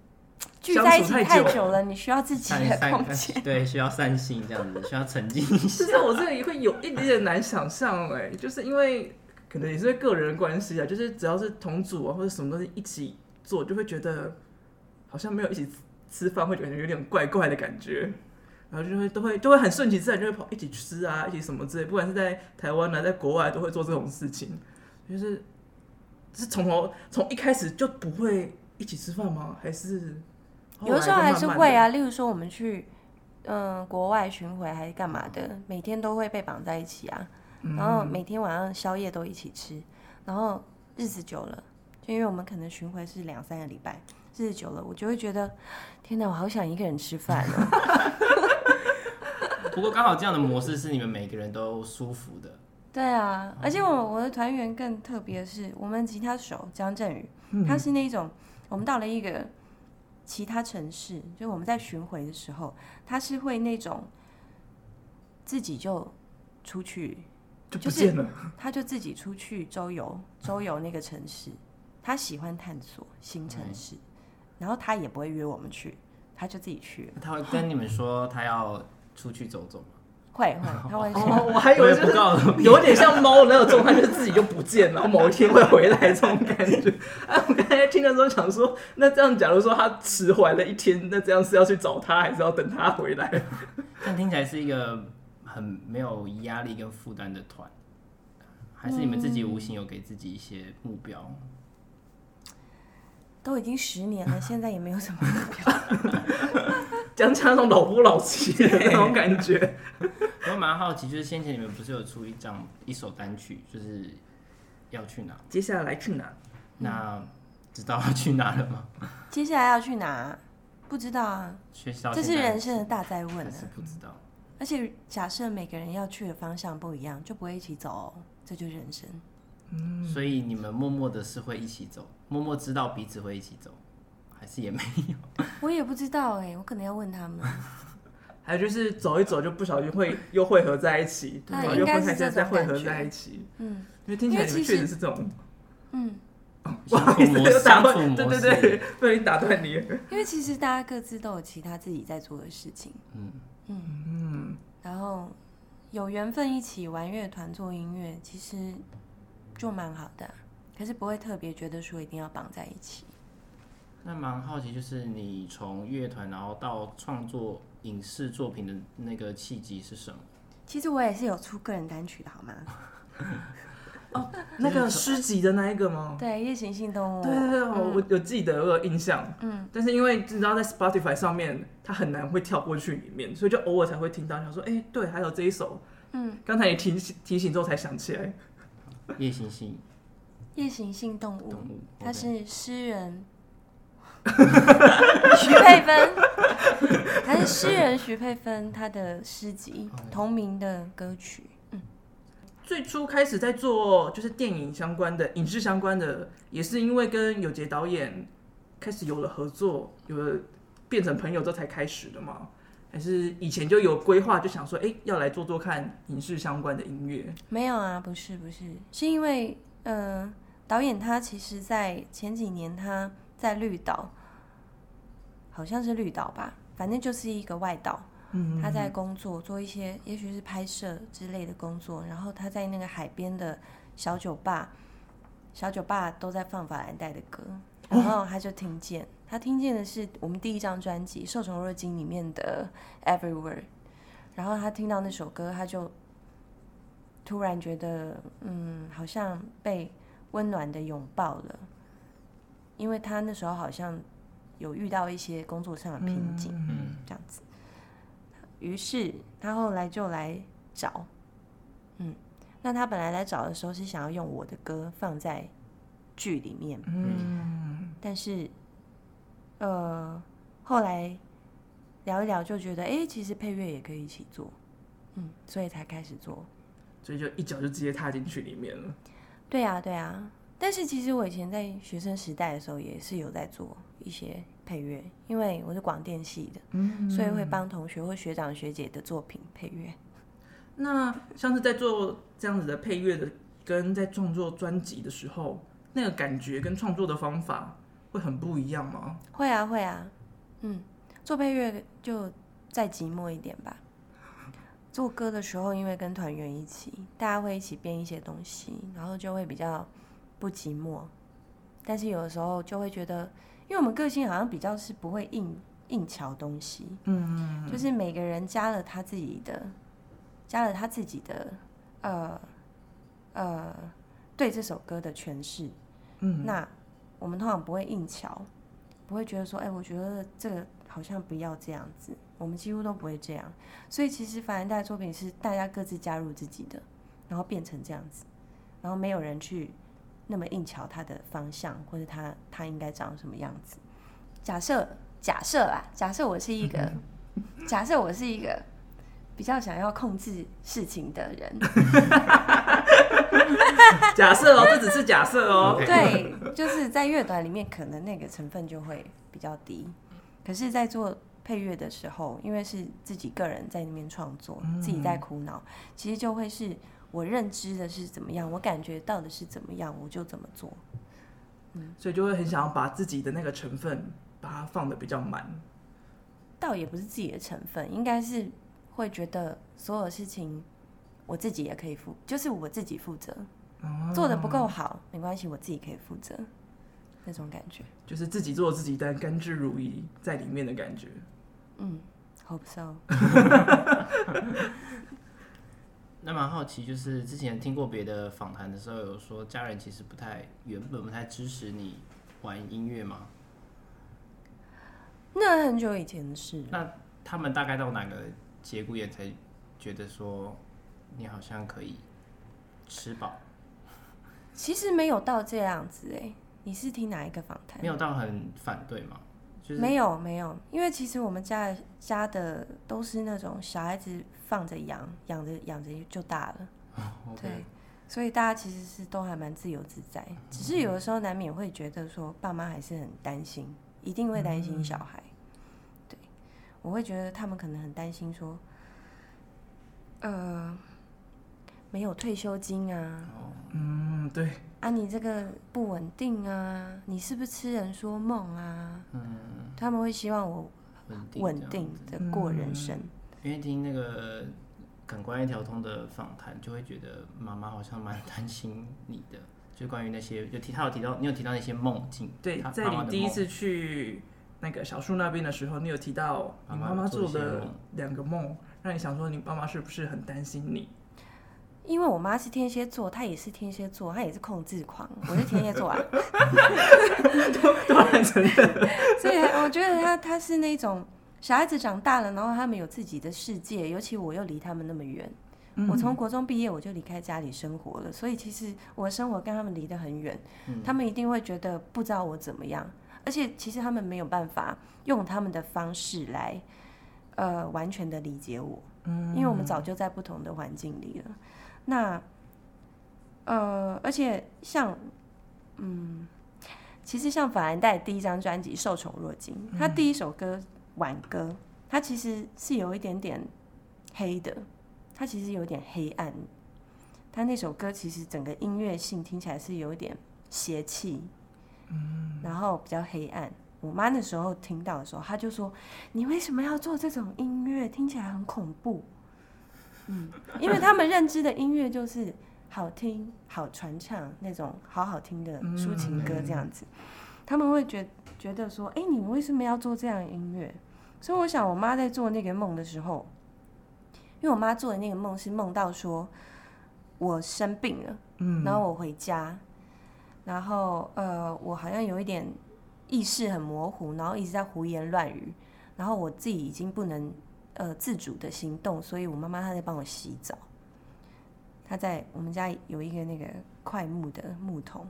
Speaker 3: 聚
Speaker 1: 相
Speaker 3: 在一
Speaker 1: 处
Speaker 3: 起
Speaker 1: 太
Speaker 3: 太
Speaker 1: 久
Speaker 3: 久了，你需要自己
Speaker 2: 散
Speaker 1: [LAUGHS]
Speaker 3: 的空间。
Speaker 2: 散对需要散心这样子，需要沉浸一下
Speaker 1: 其。实我这个也会有一点点难想象哎、就是因为可能也是个人关系啊，就是只要是同组啊或者什么东西一起做，就会觉得好像没有一起吃饭，会感觉有点怪怪的感觉。然后就会都会都会很顺其自然，就会跑一起吃啊，一起什么之类，不管是在台湾啊，在国外都会做这种事情，就是是从头从一开始就不会一起吃饭吗？还是后
Speaker 3: 有的时候
Speaker 1: 来
Speaker 3: 还
Speaker 1: 就是慢慢
Speaker 3: 会
Speaker 1: 的
Speaker 3: 啊，例如说我们去嗯、国外巡回还是干嘛的，每天都会被绑在一起啊，
Speaker 1: 嗯
Speaker 3: 然后每天晚上宵夜都一起吃，然后日子久了，就因为我们可能巡回是两三个礼拜，日子久了我就会觉得，天哪，我好想一个人吃饭哦。
Speaker 2: 不过刚好这样的模式是你们每个人都舒服的，
Speaker 3: 对啊，而且我我的团员更特别的是，我们吉他手张振宇，他是那种我们到了一个其他城市，就我们在巡回的时候，他是会那种自己就出去，
Speaker 1: 就不
Speaker 3: 就是
Speaker 1: 见了。
Speaker 3: 他就自己出去周游，周游那个城市。他喜欢探索新城市，然后他也不会约我们去，他就自己去了。
Speaker 2: 他会跟你们说他要出去走走吗？
Speaker 3: 会会，他会说。
Speaker 1: 哦，我还以为
Speaker 2: 我也不告 [LAUGHS] 诉
Speaker 1: 就是有点像猫那种状态，就是自己就不见了，然后某一天会回来这种感觉。 [LAUGHS] 哎，我刚才听的时候想说，那这样假如说他迟缓了一天，那这样是要去找他，还是要等他回来？ [LAUGHS]
Speaker 2: 但听起来是一个很没有压力跟负担的团，还是你们自己无形有给自己一些目标？
Speaker 3: 都已经十年了，现在也没有什么
Speaker 1: 讲起来那种老夫老妻的那种感 [LAUGHS] 觉。
Speaker 2: 我蛮好奇，就是先前你们不是有出一张一首单曲，就是要去哪？
Speaker 1: 接下来去哪？
Speaker 2: 那知道要去哪了吗？ [LAUGHS]
Speaker 3: 接下来要去哪？不知道啊，
Speaker 2: 学校
Speaker 3: 这是人生的大灾问
Speaker 2: 还
Speaker 3: 啊
Speaker 2: 是！不知道？
Speaker 3: 而且假设每个人要去的方向不一样，就不会一起走哦、这就是人生。
Speaker 1: 嗯
Speaker 2: 所以你们默默的是会一起走，默默知道彼此会一起走，还是也没有？
Speaker 1: [LAUGHS]
Speaker 3: 我也不知道哎、我可能要问他们。 [LAUGHS]
Speaker 1: 还有就是走一走就不小心会又汇合在一起，
Speaker 3: 对
Speaker 1: 然后又分开，再再汇合
Speaker 3: 应该是这种
Speaker 1: 在
Speaker 3: 感
Speaker 1: 一起。
Speaker 3: 嗯
Speaker 1: 因为听起来你们
Speaker 3: 因为其实
Speaker 1: 确实是这种，
Speaker 3: 嗯，
Speaker 1: 不好意思，又打
Speaker 2: 相处
Speaker 1: 断，
Speaker 2: 模
Speaker 1: 对
Speaker 2: 式，
Speaker 1: 对对，不小心打断你了。
Speaker 3: 因为其实大家各自都有其他自己在做的事情，
Speaker 2: 嗯，
Speaker 3: 然后有缘分一起玩乐团做音乐，其实就蛮好的啊、可是不会特别觉得说一定要绑在一起。
Speaker 2: 那蛮好奇，就是你从乐团然后到创作影视作品的那个契机是什么？
Speaker 3: 其实我也是有出个人单曲的好吗？
Speaker 1: [LAUGHS] 那个诗集的那一个吗？
Speaker 3: 对，夜行性动物。
Speaker 1: 哦对对对，我我有记得，我有印象。哦嗯，但是因为你知道，在 Spotify 上面，它很难会跳过去里面，所以就偶尔才会听到，想说，哎、对，还有这一首。嗯，刚才你提醒提醒之后才想起来，
Speaker 2: 夜行性
Speaker 3: 夜行性动物
Speaker 2: 动。物，
Speaker 3: 他
Speaker 2: OK
Speaker 3: 是诗人徐佩芬， [LAUGHS] 他是诗人徐佩芬，他的诗集同名的歌曲。
Speaker 1: 最初开始在做就是电影相关的、影视相关的，也是因为跟有杰导演开始有了合作，有了变成朋友之后才开始的吗？还是以前就有规划，就想说，哎、要来做做看影视相关的音乐？
Speaker 3: 没有啊，不是不是，是因为呃，导演他其实在前几年他在绿岛，好像是绿岛吧，反正就是一个外岛。
Speaker 1: 嗯
Speaker 3: 他在工作，做一些也许是拍摄之类的工作，然后他在那个海边的小酒吧，小酒吧都在放法兰黛的歌，
Speaker 1: 哦
Speaker 3: 然后他就听见，他听见的是我们第一张专辑《受宠若惊》里面的《Everywhere》，然后他听到那首歌，他就突然觉得，嗯，好像被温暖的拥抱了，因为他那时候好像有遇到一些工作上的瓶颈。
Speaker 2: 嗯，
Speaker 3: 这样子。于是他后来就来找，嗯，那他本来来找的时候是想要用我的歌放在剧里面，
Speaker 1: 嗯，
Speaker 3: 但是呃，后来聊一聊就觉得，哎、其实配乐也可以一起做，嗯，所以才开始做。
Speaker 1: 所以就一脚就直接踏进去里面了。
Speaker 3: 对啊，对啊。但是其实我以前在学生时代的时候也是有在做一些配乐，因为我是广电系的，
Speaker 1: 嗯
Speaker 3: 所以会帮同学或学长学姐的作品配乐。
Speaker 1: 那像是在做这样子的配乐的，跟在创作专辑的时候，那个感觉跟创作的方法会很不一样吗？ [LAUGHS]
Speaker 3: 会啊，会啊，嗯，做配乐就再寂寞一点吧。做歌的时候，因为跟团员一起，大家会一起编一些东西，然后就会比较不寂寞。但是有的时候就会觉得，因为我们个性好像比较是不会硬硬瞧东西，
Speaker 1: 嗯，
Speaker 3: 就是每个人加了他自己的，加了他自己的，呃呃，对这首歌的诠释。
Speaker 1: 嗯，
Speaker 3: 那我们通常不会硬瞧，不会觉得说，哎、我觉得这个好像不要这样子，我们几乎都不会这样。所以其实凡人代作品是大家各自加入自己的，然后变成这样子，然后没有人去那么硬瞧它的方向或者它它应该长什么样子。假设假设啦，假设我是一个，假设我是一个。比较想要控制事情的人，
Speaker 1: 假设哦，这只是假设哦。
Speaker 3: 对，就是在乐团里面，可能那个成分就会比较低。可是，在做配乐的时候，因为是自己个人在那边创作，自己在苦恼，其实就会是我认知的是怎么样，我感觉到的是怎么样，我就怎么做。
Speaker 1: 所以就会很想要把自己的那个成分把它放的比较满。
Speaker 3: 倒也不是自己的成分，应该是会觉得所有事情我自己也可以负，就是我自己负责。做的不够好没关系，我自己可以负责，那种感觉。
Speaker 1: 就是自己做自己，但甘之如饴在里面的感觉。
Speaker 3: 嗯，hope so。
Speaker 2: 那蛮好奇，就是之前听过别的访谈的时候，有说家人其实不太原本不太支持你玩音乐嘛？
Speaker 3: 那很久以前的事了
Speaker 2: 他们大概到哪个节骨眼才觉得说你好像可以吃饱？
Speaker 3: 其实没有到这样子哎、你是听哪一个访谈
Speaker 2: 没？有到很反对嘛？就是
Speaker 3: 没有没有，因为其实我们家家的都是那种小孩子放着养，养着养着就大了，对
Speaker 2: OK，，
Speaker 3: 所以大家其实是都还蛮自由自在，只是有的时候难免会觉得说爸妈还是很担心，一定会担心小孩，
Speaker 2: 嗯
Speaker 3: 对，我会觉得他们可能很担心说，呃，没有退休金啊，
Speaker 1: 嗯，对，
Speaker 3: 啊，你这个不稳定啊，你是不是痴人说梦啊？
Speaker 2: 嗯，
Speaker 3: 他们会希望我
Speaker 2: 稳定
Speaker 3: 稳
Speaker 2: 这样
Speaker 3: 定
Speaker 2: 子
Speaker 3: 的过人生。
Speaker 2: 因为听那个感官一条通的访谈，就会觉得妈妈好像蛮 [LAUGHS] 担心你的，就关于那些有提，他有提到，你有提到那些梦境，
Speaker 1: 对
Speaker 2: 她，
Speaker 1: 在
Speaker 2: 妈妈
Speaker 1: 你
Speaker 2: 的
Speaker 1: 第一
Speaker 2: 梦
Speaker 1: 次去那个小树那边的时候，你有提到你
Speaker 2: 妈妈
Speaker 1: 妈妈
Speaker 2: 做
Speaker 1: 做
Speaker 2: 一些
Speaker 1: 的
Speaker 2: 梦
Speaker 1: 两个梦，让你想说你爸妈是不是很担心你？
Speaker 3: 因为我妈是天蝎座，她也是天蝎座，她也是控制狂，我是天蝎座啊，
Speaker 1: 突然承认，
Speaker 3: 所以我觉得她她是那种小孩子长大了，然后他们有自己的世界，尤其我又离他们那么远。
Speaker 1: 嗯
Speaker 3: 我从国中毕业我就离开家里生活了，所以其实我的生活跟他们离得很远，他们一定会觉得不知道我怎么样，而且其实他们没有办法用他们的方式来，呃，完全的理解我，嗯，因为我们早就在不同的环境里了。那，呃，而且像，嗯，其实像法兰黛第一张专辑《受宠若惊》，他第一首歌《挽歌》，它其实是有一点点黑的，它其实有点黑暗。它那首歌其实整个音乐性听起来是有一点邪气，嗯，然后比较黑暗。我妈那时候听到的时候，她就说：“你为什么要做这种音乐？听起来很恐怖。”嗯，因为他们认知的音乐就是好听、好传唱那种好好听的抒情歌这样子，他们会觉觉得说：“哎，你为什么要做这样的音乐？”所以我想，我妈在做那个梦的时候，因为我妈做的那个梦是梦到说我生病了，
Speaker 1: 嗯，
Speaker 3: 然后我回家，然后呃，我好像有一点意识很模糊，然后一直在胡言乱语，然后我自己已经不能呃自主的行动，所以我妈妈她在帮我洗澡，她在我们家有一个那个快木的木桶，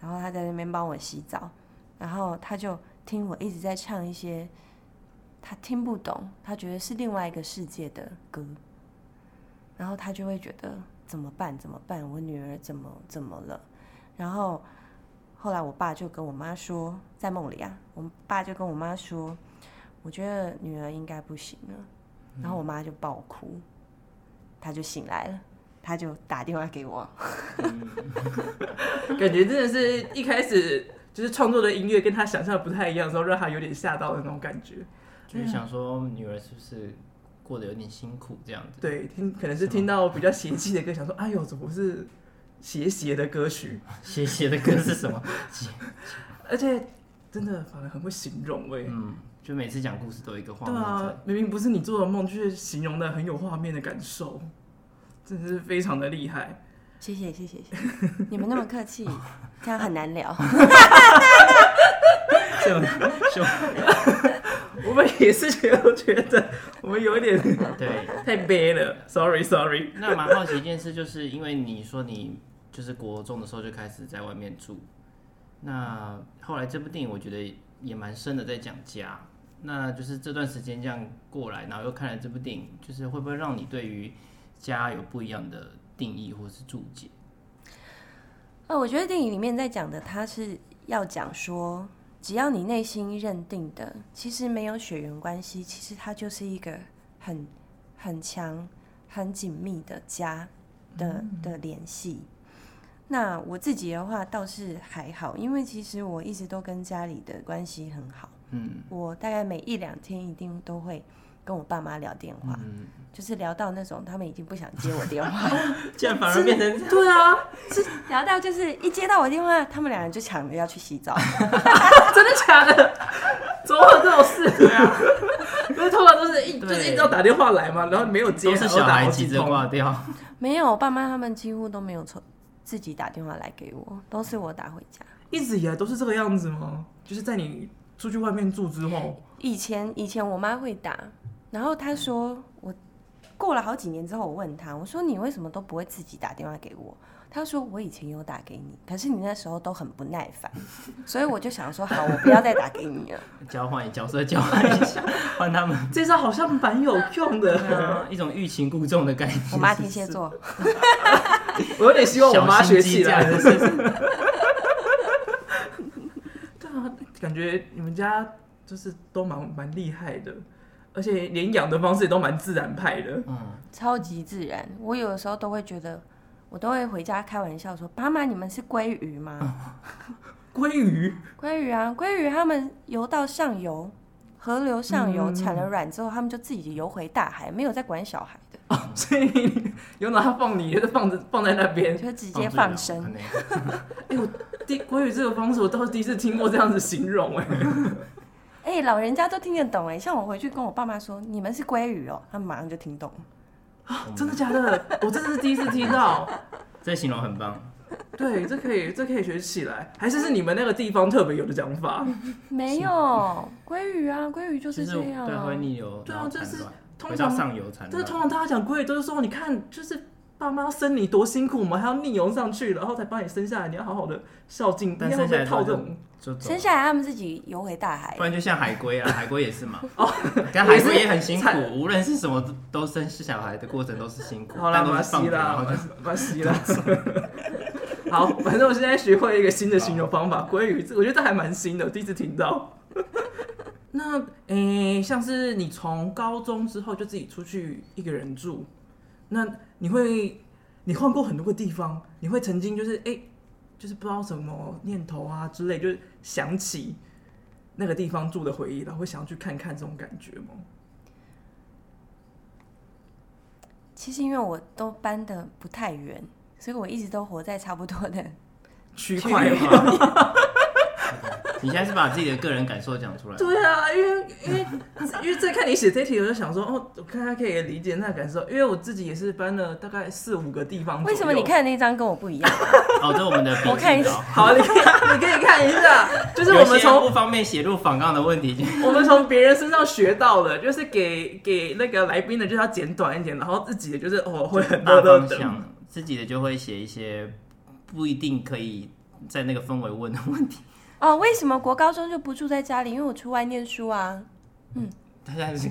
Speaker 3: 然后她在那边帮我洗澡，然后她就听我一直在唱一些她听不懂，她觉得是另外一个世界的歌，然后她就会觉得怎么办？怎么办？我女儿怎么怎么了？然后。后来我爸就跟我妈说，在梦里啊，我爸就跟我妈说，我觉得女儿应该不行了。然后我妈就爆哭，她就醒来了，她就打电话给我。
Speaker 1: [LAUGHS] 感觉真的是一开始就是创作的音乐跟他想象的不太一样的时候，让他有点吓到的那种感觉。
Speaker 2: [LAUGHS] 就是想说女儿是不是过得有点辛苦这样子。 [LAUGHS]
Speaker 1: 对，听可能是听到比较邪气的歌，想说哎呦，怎么是邪邪的歌曲？
Speaker 2: 写写的歌是什么？ [LAUGHS]
Speaker 1: 而且真的反而很会形容哎、
Speaker 2: 嗯，就每次讲故事都有一个画
Speaker 1: 对
Speaker 2: 面在。
Speaker 1: 啊，明明不是你做的梦，却形容的很有画面的感受，真的是非常的厉害。
Speaker 3: 谢谢谢谢谢谢， [LAUGHS] 你们那么客气，这样很难聊。
Speaker 2: 就就
Speaker 1: 我们也是觉得觉得我们有点
Speaker 2: [LAUGHS] 对。
Speaker 1: 太悲了，sorry sorry。
Speaker 2: [LAUGHS] 那蛮好奇一件事，就是因为你说你就是国中的时候就开始在外面住，那后来这部电影我觉得也蛮深的，在讲家。那就是这段时间这样过来，然后又看了这部电影，就是会不会让你对于家有不一样的定义或是注
Speaker 1: [LAUGHS]
Speaker 2: 解？
Speaker 3: 呃，我觉得电影里面在讲的，他是要讲说，只要你内心认定的，其实没有血缘关系，其实它就是一个很很强、很紧密的家的
Speaker 2: 嗯
Speaker 3: 的联系。那我自己的话倒是还好，因为其实我一直都跟家里的关系很好，
Speaker 2: 嗯
Speaker 3: 我大概每一两天一定都会跟我爸妈聊电话，
Speaker 2: 嗯，
Speaker 3: 就是聊到那种他们已经不想接我电话了
Speaker 2: 这样反而变成
Speaker 1: 对啊，
Speaker 3: 聊到就是一接到我电话，他们两人就抢着要去洗澡。
Speaker 1: [LAUGHS] 真的假的？怎么会有这种事？对啊，因为通常都是一就
Speaker 2: 对
Speaker 1: 是一直要打电话来嘛，然后没有接，
Speaker 2: 都
Speaker 1: 还
Speaker 2: 是
Speaker 1: 要
Speaker 2: 小
Speaker 1: 打
Speaker 2: 孩
Speaker 1: 好
Speaker 2: 急
Speaker 1: 几
Speaker 2: 着
Speaker 1: 通。
Speaker 2: 挂掉。
Speaker 3: [LAUGHS] 没有，我爸妈他们几乎都没有从自己打电话来给我，都是我打回家。
Speaker 1: 一直以来都是这个样子吗？就是在你出去外面住之
Speaker 3: 哦
Speaker 1: 后，
Speaker 3: 以前以前我妈会打，然后她说我过了好几年之后，我问她，我说你为什么都不会自己打电话给我？她说我以前有打给你，可是你那时候都很不耐烦，所以我就想说好，我不要再打给你 [LAUGHS] 了。
Speaker 2: 交换角色交换一下， [LAUGHS] 换他们。
Speaker 1: 这招好像蛮有用的。
Speaker 2: 一种欲擒故纵的概念。
Speaker 3: 我妈天蝎座，
Speaker 1: 我有点希望我妈学起来。
Speaker 2: 小心机这样就是
Speaker 1: 对啊，感觉你们家就是都蛮蛮厉害的，而且连养的方式也都蛮自然派的。
Speaker 2: 嗯，
Speaker 3: 超级自然。我有的时候都会觉得，我都会回家开玩笑说：“妈妈，你们是鲑鱼吗？”
Speaker 1: 鲑鱼，
Speaker 3: 鲑鱼啊，鲑鱼它们游到上游，河流上游
Speaker 1: 嗯
Speaker 3: 产了卵之后，它们就自己游回大海，没有在管小孩的，
Speaker 1: 所以有拿它放你，就是放着放在那边。
Speaker 3: 就直接放生。
Speaker 2: 哦。
Speaker 1: 第鲑鱼这个方式，我倒是第一次听过这样子形容、哎。
Speaker 3: 哎、老人家都听得懂哎、像我回去跟我爸妈说，你们是鲑鱼哦，他们马上就听懂。
Speaker 1: 啊真的假的？ [LAUGHS] 我真的是第一次听到。
Speaker 2: 这形容很棒，
Speaker 1: 对，这可以，这可以学起来。还是是你们那个地方特别有的讲法？
Speaker 3: 没有鲑鱼啊，鲑鱼就
Speaker 2: 就是
Speaker 3: 这样
Speaker 2: 对
Speaker 3: 啊
Speaker 2: 会。逆流，
Speaker 1: 对啊
Speaker 2: 然后
Speaker 1: 这
Speaker 2: 产
Speaker 1: 是
Speaker 2: 卵
Speaker 1: 通
Speaker 2: 回到
Speaker 1: 常
Speaker 2: 上游产
Speaker 1: 就是
Speaker 2: 卵。
Speaker 1: 通常大家讲归都是说，你看，就是爸妈生你多辛苦，我们还要逆游上去，然后才把你生下来，你要好好的孝敬。
Speaker 2: 但
Speaker 1: 你要
Speaker 2: 生下来
Speaker 1: 被套
Speaker 2: 之
Speaker 1: 这
Speaker 2: 后
Speaker 1: 种，
Speaker 2: 就走
Speaker 3: 生
Speaker 2: 了，
Speaker 3: 下来他们自己游回大海
Speaker 2: 不，然就像海
Speaker 1: [LAUGHS]
Speaker 2: 龟啊，海龟也是嘛。
Speaker 1: 哦，
Speaker 2: 但海龟也很辛苦
Speaker 1: 惨，
Speaker 2: 无论是什么都生小孩的过程都是辛苦，
Speaker 1: [LAUGHS] 好啦，
Speaker 2: 但都
Speaker 1: 马
Speaker 2: 是放
Speaker 1: 西
Speaker 2: 着，然后
Speaker 1: 啦
Speaker 2: 就是，
Speaker 1: 马西啦。好，反正我现在学会一个新的形容方法，鲑鱼，这我觉得这还蛮新的，我第一次听到。 [LAUGHS] 那诶、像是你从高中之后就自己出去一个人住，那你会你换过很多个地方，你会曾经就是诶、就是不知道什么念头啊之类，就是想起那个地方住的回忆，然后会想要去看看这种感觉吗？
Speaker 3: 其实因为我都搬的不太远，所以我一直都活在差不多的。
Speaker 1: [LAUGHS] 区
Speaker 2: 区
Speaker 1: 块
Speaker 2: 域
Speaker 1: 吗？
Speaker 2: 化你现在是把自己的个人感受讲出来，
Speaker 1: 对啊，因为因为因为在看你写这题，我就想说，哦，我看他可以理解那感受，因为我自己也是搬了大概四五个地方。
Speaker 3: 为什么你？看的那张跟我不一
Speaker 2: [LAUGHS]
Speaker 3: 样？
Speaker 2: 哦，这是我们的
Speaker 1: [LAUGHS]
Speaker 2: 笔
Speaker 3: 我看一
Speaker 2: 记
Speaker 3: 下
Speaker 2: 稿。
Speaker 1: 好，你可以你可以看一下，就是我
Speaker 2: 有
Speaker 1: 们
Speaker 2: 些
Speaker 1: 从
Speaker 2: 不方便写入访纲的问题，
Speaker 1: 我们从别人身上学到的，就是给给那个来宾的就是要简短一点，然后自己的就是哦会很
Speaker 2: 大
Speaker 1: 多
Speaker 2: 方
Speaker 1: 的等。
Speaker 2: 向，自己的就会写一些不一定可以在那个氛围问的问题。
Speaker 3: 哦，为什么国高中就不住在家里？因为我出外念书啊。
Speaker 2: 大
Speaker 1: [LAUGHS]
Speaker 2: 家 [LAUGHS] 是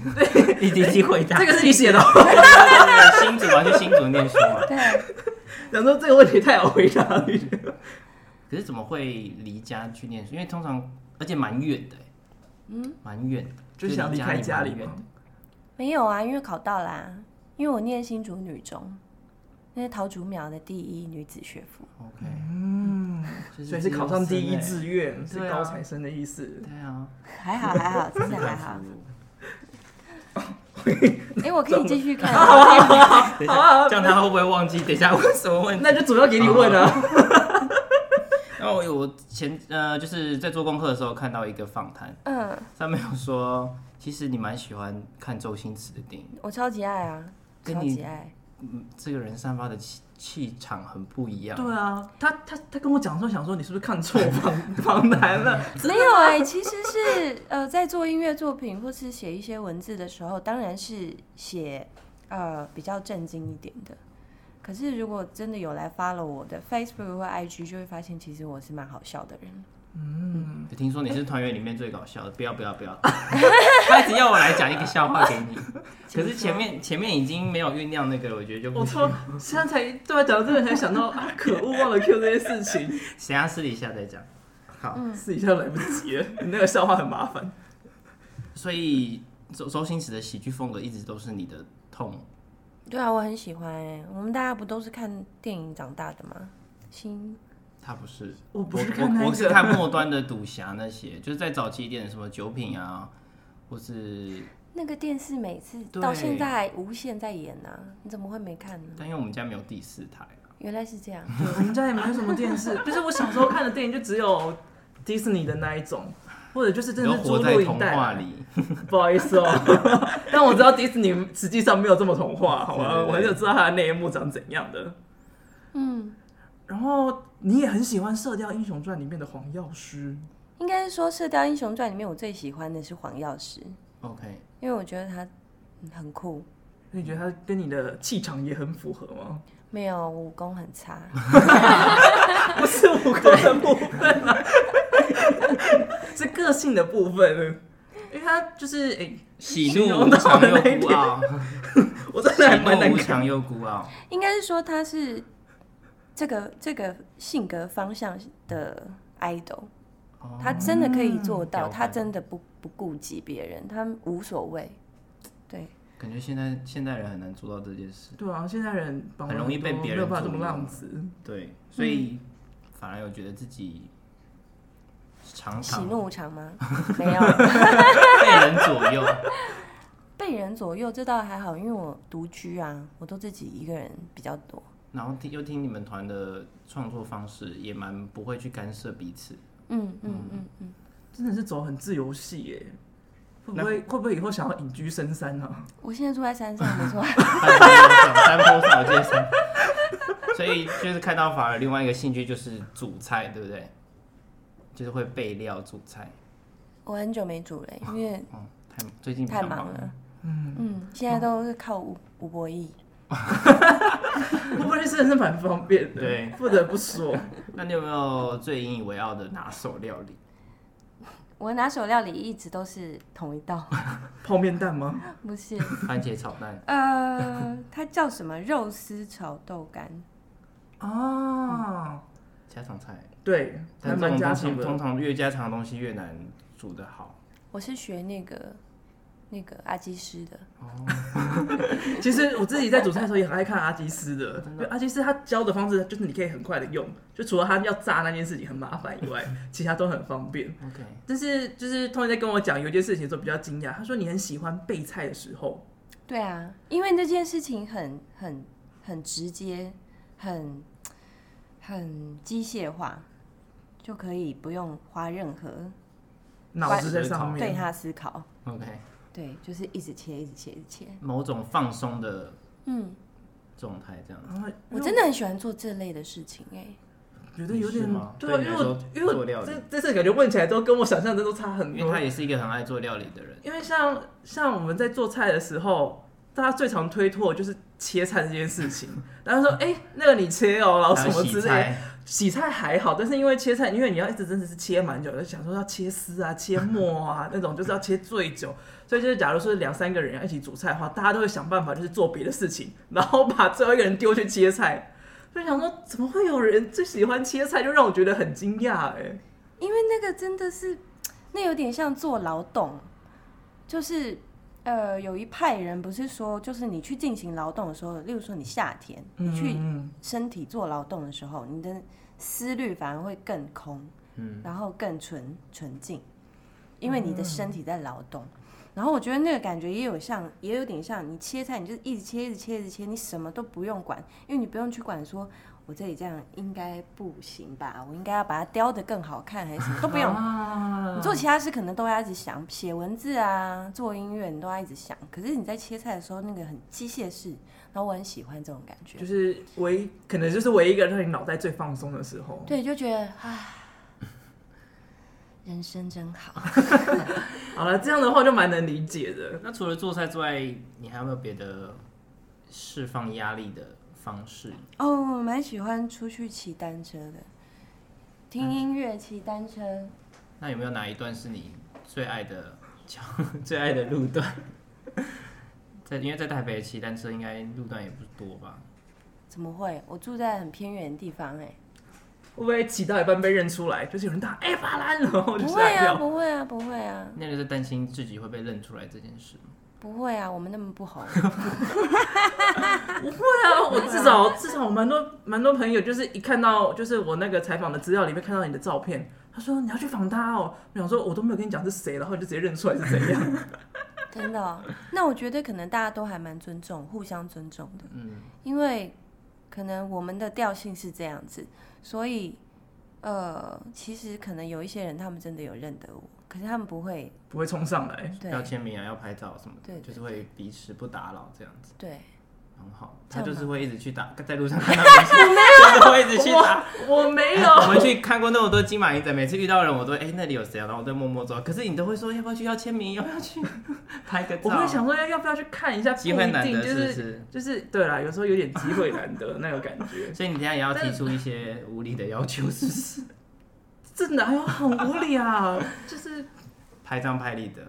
Speaker 2: 一题一题回答。
Speaker 1: 这个是你写的哦，
Speaker 2: 新竹啊，去新竹念书嘛。
Speaker 3: 对，
Speaker 1: 想说这个问题太好回答了。
Speaker 2: 可是怎么会离家去念书？因为通常而且蛮远的、嗯，蛮远的，
Speaker 1: 就想离
Speaker 2: 离
Speaker 1: 开家
Speaker 2: 家
Speaker 1: 里
Speaker 2: 蛮远
Speaker 1: 吗
Speaker 2: 的。
Speaker 3: 没有啊，因为考到啦，因为我念新竹女中，那是桃竹苗的第一女子学府。
Speaker 2: OK，
Speaker 1: 嗯，
Speaker 2: 就是
Speaker 1: 所以是考上第一志愿，
Speaker 2: 自由生欸
Speaker 1: 是高材生的意思。
Speaker 2: 对啊，
Speaker 3: 还好还好，真的还好。 [LAUGHS] 哎、我可以继续看。 [LAUGHS]
Speaker 2: 等一下，这样他会不会忘记？等一下问什么问题？
Speaker 1: 那就主要给你问啊。
Speaker 2: 然后我有我前呃，就是在做功课的时候看到一个访谈，
Speaker 3: 嗯，
Speaker 2: 上面有说，其实你蛮喜欢看周星驰的电影，
Speaker 3: 我超级爱啊，
Speaker 2: 跟
Speaker 3: 超
Speaker 2: 你
Speaker 3: 级爱。
Speaker 2: 嗯，这个人散发的气气场很不一样。
Speaker 1: 对啊，他他他跟我讲的时候，想说你是不是看错 [LAUGHS] 访访谈了？
Speaker 3: 没有哎、其实是呃，在做音乐作品或是写一些文字的时候，当然是写呃比较震惊一点的。可是如果真的有来 follow 我的 Facebook 或 IG，就会发现其实我是蛮好笑的人。
Speaker 2: 就听说你是团员里面最搞笑的，不要不要不要！ [LAUGHS] 他一直要我来讲一个笑话给你，可是前面前面已经没有酝酿那个了，我觉得就
Speaker 1: 我
Speaker 2: 不行。
Speaker 1: 说现在才对啊，讲到这个才想到啊，可恶，忘了 Q 这些事情，
Speaker 2: 等一下私底下再讲。好，
Speaker 1: 私底下来不及了。你那个笑话很麻烦。
Speaker 2: 所以周周星驰的喜剧风格一直都是你的痛。
Speaker 3: 对啊，我很喜欢哎、我们大家不都是看电影长大的吗？新
Speaker 2: 他不是，
Speaker 1: 我不是看那个
Speaker 2: 我我我是看末端的赌侠那些， [LAUGHS] 就是在早期一点的什么九品啊，或是，
Speaker 3: 那个电视每次
Speaker 2: 对
Speaker 3: 到现在还无限在演啊，你怎么会没看呢？
Speaker 2: 但因为我们家没有第四台啊，
Speaker 3: 原来是这样，
Speaker 1: 对我们家也没有什么电视，就是我小时候看的电影就只有迪士尼的那一种，或者就是真
Speaker 2: 然
Speaker 1: 的
Speaker 2: 后
Speaker 1: 是租
Speaker 2: 活在
Speaker 1: 录
Speaker 2: 童
Speaker 1: 影
Speaker 2: 话
Speaker 1: 带。
Speaker 2: 里。
Speaker 1: 不好意思哦， [LAUGHS] 但我知道迪士尼实际上没有这么童话，好
Speaker 2: 对
Speaker 1: 吧？
Speaker 2: 对对
Speaker 1: 我很想知道它的内幕长怎样的。
Speaker 3: 嗯，
Speaker 1: 然后你也很喜欢《射雕英雄传》里面的黄药师，
Speaker 3: 应该是说《射雕英雄传》里面我最喜欢的是黄药师，
Speaker 2: OK，
Speaker 3: 因为我觉得他嗯很酷，
Speaker 1: 那你觉得他跟你的气场也很符合 [LAUGHS] 吗？
Speaker 3: 没有武功很差，
Speaker 1: 不是武功的部分啊，是个性的部分。因为他就是哎、
Speaker 2: 喜
Speaker 1: 形
Speaker 2: 怒
Speaker 1: 容
Speaker 2: 无
Speaker 1: 到
Speaker 2: 常
Speaker 1: 了那
Speaker 2: 又
Speaker 1: 一
Speaker 2: 孤
Speaker 1: 点 [LAUGHS]
Speaker 2: 傲，
Speaker 1: 我真的还蛮
Speaker 2: 喜
Speaker 1: 难
Speaker 2: 怒无
Speaker 1: 看。
Speaker 2: 常又孤傲。
Speaker 3: 应该是说他是这个这个性格方向的 idol，
Speaker 2: 哦
Speaker 3: 他真的可以做到，
Speaker 2: 了解
Speaker 3: 他真的不不顾及别人，他无所谓，对。
Speaker 2: 感觉现在现代人很难做到这件事，
Speaker 1: 对啊，现在人绑了
Speaker 2: 很容易
Speaker 1: 多
Speaker 2: 被别人
Speaker 1: 没有办法这
Speaker 2: 注意啊
Speaker 1: 么浪子。
Speaker 2: 对，所以、反而我觉得自己常
Speaker 3: 喜
Speaker 2: 常
Speaker 3: 怒无常吗？没
Speaker 2: [LAUGHS]
Speaker 3: 有，
Speaker 2: 被人左右。
Speaker 3: 被人左右这倒还好，因为我独居啊，我都自己一个人比较多。
Speaker 2: [LAUGHS] 然后听又听你们团的创作方式，也蛮不会去干涉彼 [LAUGHS] 此。
Speaker 3: 嗯嗯嗯嗯，
Speaker 1: 真的是走很自由系耶，会不会会不会以后想要隐居深山啊？ [LAUGHS]
Speaker 3: 我现在住在山上，
Speaker 2: [LAUGHS]
Speaker 3: 没错。
Speaker 2: 山坡上，我记得山。 [LAUGHS] 所以就是看到反而另外一个兴趣就是煮菜，对不对？就是会备料煮菜。
Speaker 3: 我很久没煮了，欸因为
Speaker 2: 嗯，太最近比
Speaker 3: 太
Speaker 2: 较
Speaker 3: 忙
Speaker 2: 忙
Speaker 3: 了。。嗯嗯，现在都是靠吴吴博义。
Speaker 1: 会不会真的是蛮方便的？
Speaker 2: 对
Speaker 1: 不得不说，
Speaker 2: 那你有没有最引以为傲的拿手料理？
Speaker 3: 我拿手料理一直都是同一 [LAUGHS] 道，
Speaker 1: 泡面蛋吗？
Speaker 3: 不是？
Speaker 2: 番茄炒蛋。
Speaker 3: 呃，它叫什么？肉丝炒豆干。
Speaker 1: 啊，
Speaker 2: 家常菜，
Speaker 1: 对，还
Speaker 2: 但这
Speaker 1: 蛮
Speaker 2: 种
Speaker 1: 家
Speaker 2: 东西
Speaker 1: 常
Speaker 2: 通
Speaker 1: 的。
Speaker 2: 常越家常的东西越难煮得好。
Speaker 3: 我是学那个那个阿基师的，
Speaker 1: 其实我自己在煮菜的时候也很爱看阿基斯的，因为阿基斯他教的方式就是你可以很快的用，就除了他要炸那件事情很麻烦以外，其他都很方便。
Speaker 2: OK，
Speaker 1: 但是就是通常在跟我讲有一件事情的时候比较惊讶，他说你很喜欢备菜的时候，
Speaker 3: 对啊，因为这件事情很很很直接，很很机械化，就可以不用花任何
Speaker 1: 脑子在上面。
Speaker 3: 对他思考，
Speaker 2: OK，
Speaker 3: 对，就是一直切，一直切，一直切。
Speaker 2: 某种放松的
Speaker 3: 嗯，
Speaker 2: 状态这样子。
Speaker 1: 然后
Speaker 3: 我真的很喜欢做这类的事情哎、
Speaker 1: 觉得有点
Speaker 2: 是吗
Speaker 1: 对啊，因
Speaker 2: 对你
Speaker 1: 为
Speaker 2: 来
Speaker 1: 我
Speaker 2: 说
Speaker 1: 因为
Speaker 2: 做
Speaker 1: 我
Speaker 2: 料理
Speaker 1: 这这次感觉问起来都跟我想象的都差很
Speaker 2: 因为
Speaker 1: 多
Speaker 2: 他。也是一个很爱做料理的人，
Speaker 1: 因为像像我们在做菜的时候，大家最常推脱的就是切菜这件事情。然后说，哎、那个你切哦，然后什
Speaker 2: 还有
Speaker 1: 么
Speaker 2: 洗
Speaker 1: 之类。
Speaker 2: 菜，
Speaker 1: 洗菜还好，但是因为切菜，因为你要一直真的是切蛮久的，想说要切丝啊、切末
Speaker 3: [LAUGHS]
Speaker 1: 啊那种，就是要切最久。所以就是，假如说是两三个人要一起煮菜的话，大家都会想办法就是做别的事情，然后把最后一个人丢去切菜。就想说，怎么会有人最喜欢切菜，就让我觉得很惊讶哎。
Speaker 3: 因为那个真的是，那有点像做劳动，就是呃，有一派人不是说，就是你去进行劳动的时候，例如说你夏天你去
Speaker 1: 嗯
Speaker 3: 身体做劳动的时候，你的思虑反而会更空，
Speaker 2: 嗯，
Speaker 3: 然后更纯纯净，因为你的身体在劳动。
Speaker 1: 嗯
Speaker 3: 然后我觉得那个感觉也有像，也有点像你切菜，你就一直切，一直切，一直切，你什么都不用管，因为你不用去管说，我这里这样应该不行吧，我应该要把它雕得更好看，还是什么都不用。
Speaker 1: 啊
Speaker 3: 你做其他事可能都要一直想，写文字啊，做音乐你都要一直想。可是你在切菜的时候，那个很机械式，然后我很喜欢这种感觉
Speaker 1: 就。是唯一可能就是唯一一个让你脑袋最放松的时候。
Speaker 3: 对，就觉得啊，人生真好。
Speaker 1: 好了，这样的话就蛮能理解的。
Speaker 2: 那除了做菜之外，你还有没有别的释放压力的方式？
Speaker 3: 哦，我蛮喜欢出去骑单车的，听音乐、骑单车。
Speaker 2: 那有没有哪一段是你最爱的桥、 [LAUGHS] 最爱的路段？在因为在台北骑单车应该路段也不多吧？
Speaker 3: 怎么会？我住在很偏远的地方哎、
Speaker 1: 会不会骑到一半被认出来，就是有人打哎、法兰，然后我就
Speaker 3: 不
Speaker 1: 吓
Speaker 3: 会
Speaker 1: 一
Speaker 3: 啊，
Speaker 1: 跳。
Speaker 3: 不会啊，不会啊，
Speaker 2: 那就是担心自己会被认出来这件事吗。
Speaker 3: 不会啊，我们那么不红。
Speaker 1: 对啊，我至少至少我蛮多蛮多朋友，就是一看到就是我那个采访的资料里面看到你的照片，他说你要去访他哦。我想说我都没有跟你讲是谁，然后你就直接认出来是怎样。 [LAUGHS]
Speaker 3: 真的哦、那我觉得可能大家都还蛮尊重，互相尊重的，
Speaker 2: 嗯，
Speaker 3: 因为可能我们的调性是这样子，所以呃，其实可能有一些人他们真的有认得我，可是他们不会，
Speaker 1: 不会冲上
Speaker 3: [LAUGHS]
Speaker 1: 来，
Speaker 3: 对
Speaker 2: 要签名啊，要拍照什么的，
Speaker 3: 对对
Speaker 2: 就是会彼此不打扰这样子，
Speaker 3: 对，
Speaker 2: 很好。
Speaker 3: 这
Speaker 2: 他
Speaker 3: 样吗
Speaker 2: 就是会一直去打，在路上看到东西，
Speaker 1: [LAUGHS]
Speaker 2: 就是会一直去打。
Speaker 1: 我没有，
Speaker 2: 我们去看过那么多金马影展，每次遇到人我都哎、诶那里有谁啊，然后我都默默走。可是你都会说要不要去要签名，要不要去 [LAUGHS] 拍个照？
Speaker 1: 我会想说要要不要去看一下，
Speaker 2: 机
Speaker 1: 不
Speaker 2: 会
Speaker 1: 一
Speaker 2: 难
Speaker 1: 定
Speaker 2: 得
Speaker 1: 就是
Speaker 2: 不
Speaker 1: 是
Speaker 2: 是？
Speaker 1: 就是对啦，有时候有点机会难得那个感觉，
Speaker 2: 所以你等一下也要提出一些无理的要求，是不
Speaker 1: [LAUGHS]
Speaker 2: 是？
Speaker 1: 真的哎呦很无理啊！就是
Speaker 2: 拍张拍立得，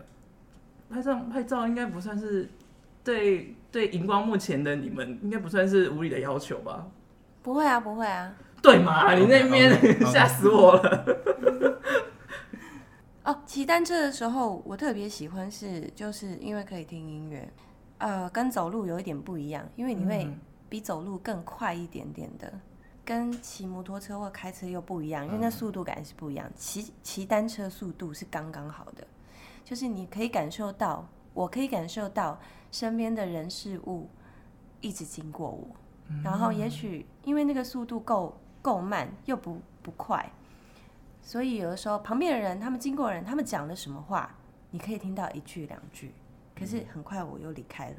Speaker 1: 拍照拍照应该不算是对对荧光幕前的你们应该不算是无理的要求吧？
Speaker 3: 不会啊，不会啊。
Speaker 1: 对嘛？你那
Speaker 2: OK，OK，OK
Speaker 1: 边 [LAUGHS] 吓死我了。
Speaker 3: 哦，骑单车的时候，我特别喜欢是，就是因为可以听音乐，呃，跟走路有一点不一样，因为你会
Speaker 1: 嗯
Speaker 3: 比走路更快一点点的，跟骑摩托车或开车又不一样，因为那速度感是不一样。骑骑单车速度是刚刚好的，就是你可以感受到，我可以感受到身边的人事物一直经过我，然后也许因为那个速度够够慢又不不快，所以有的时候旁边的人他们经过的人他们讲了什么话，你可以听到一句两句，可是很快我又离开了，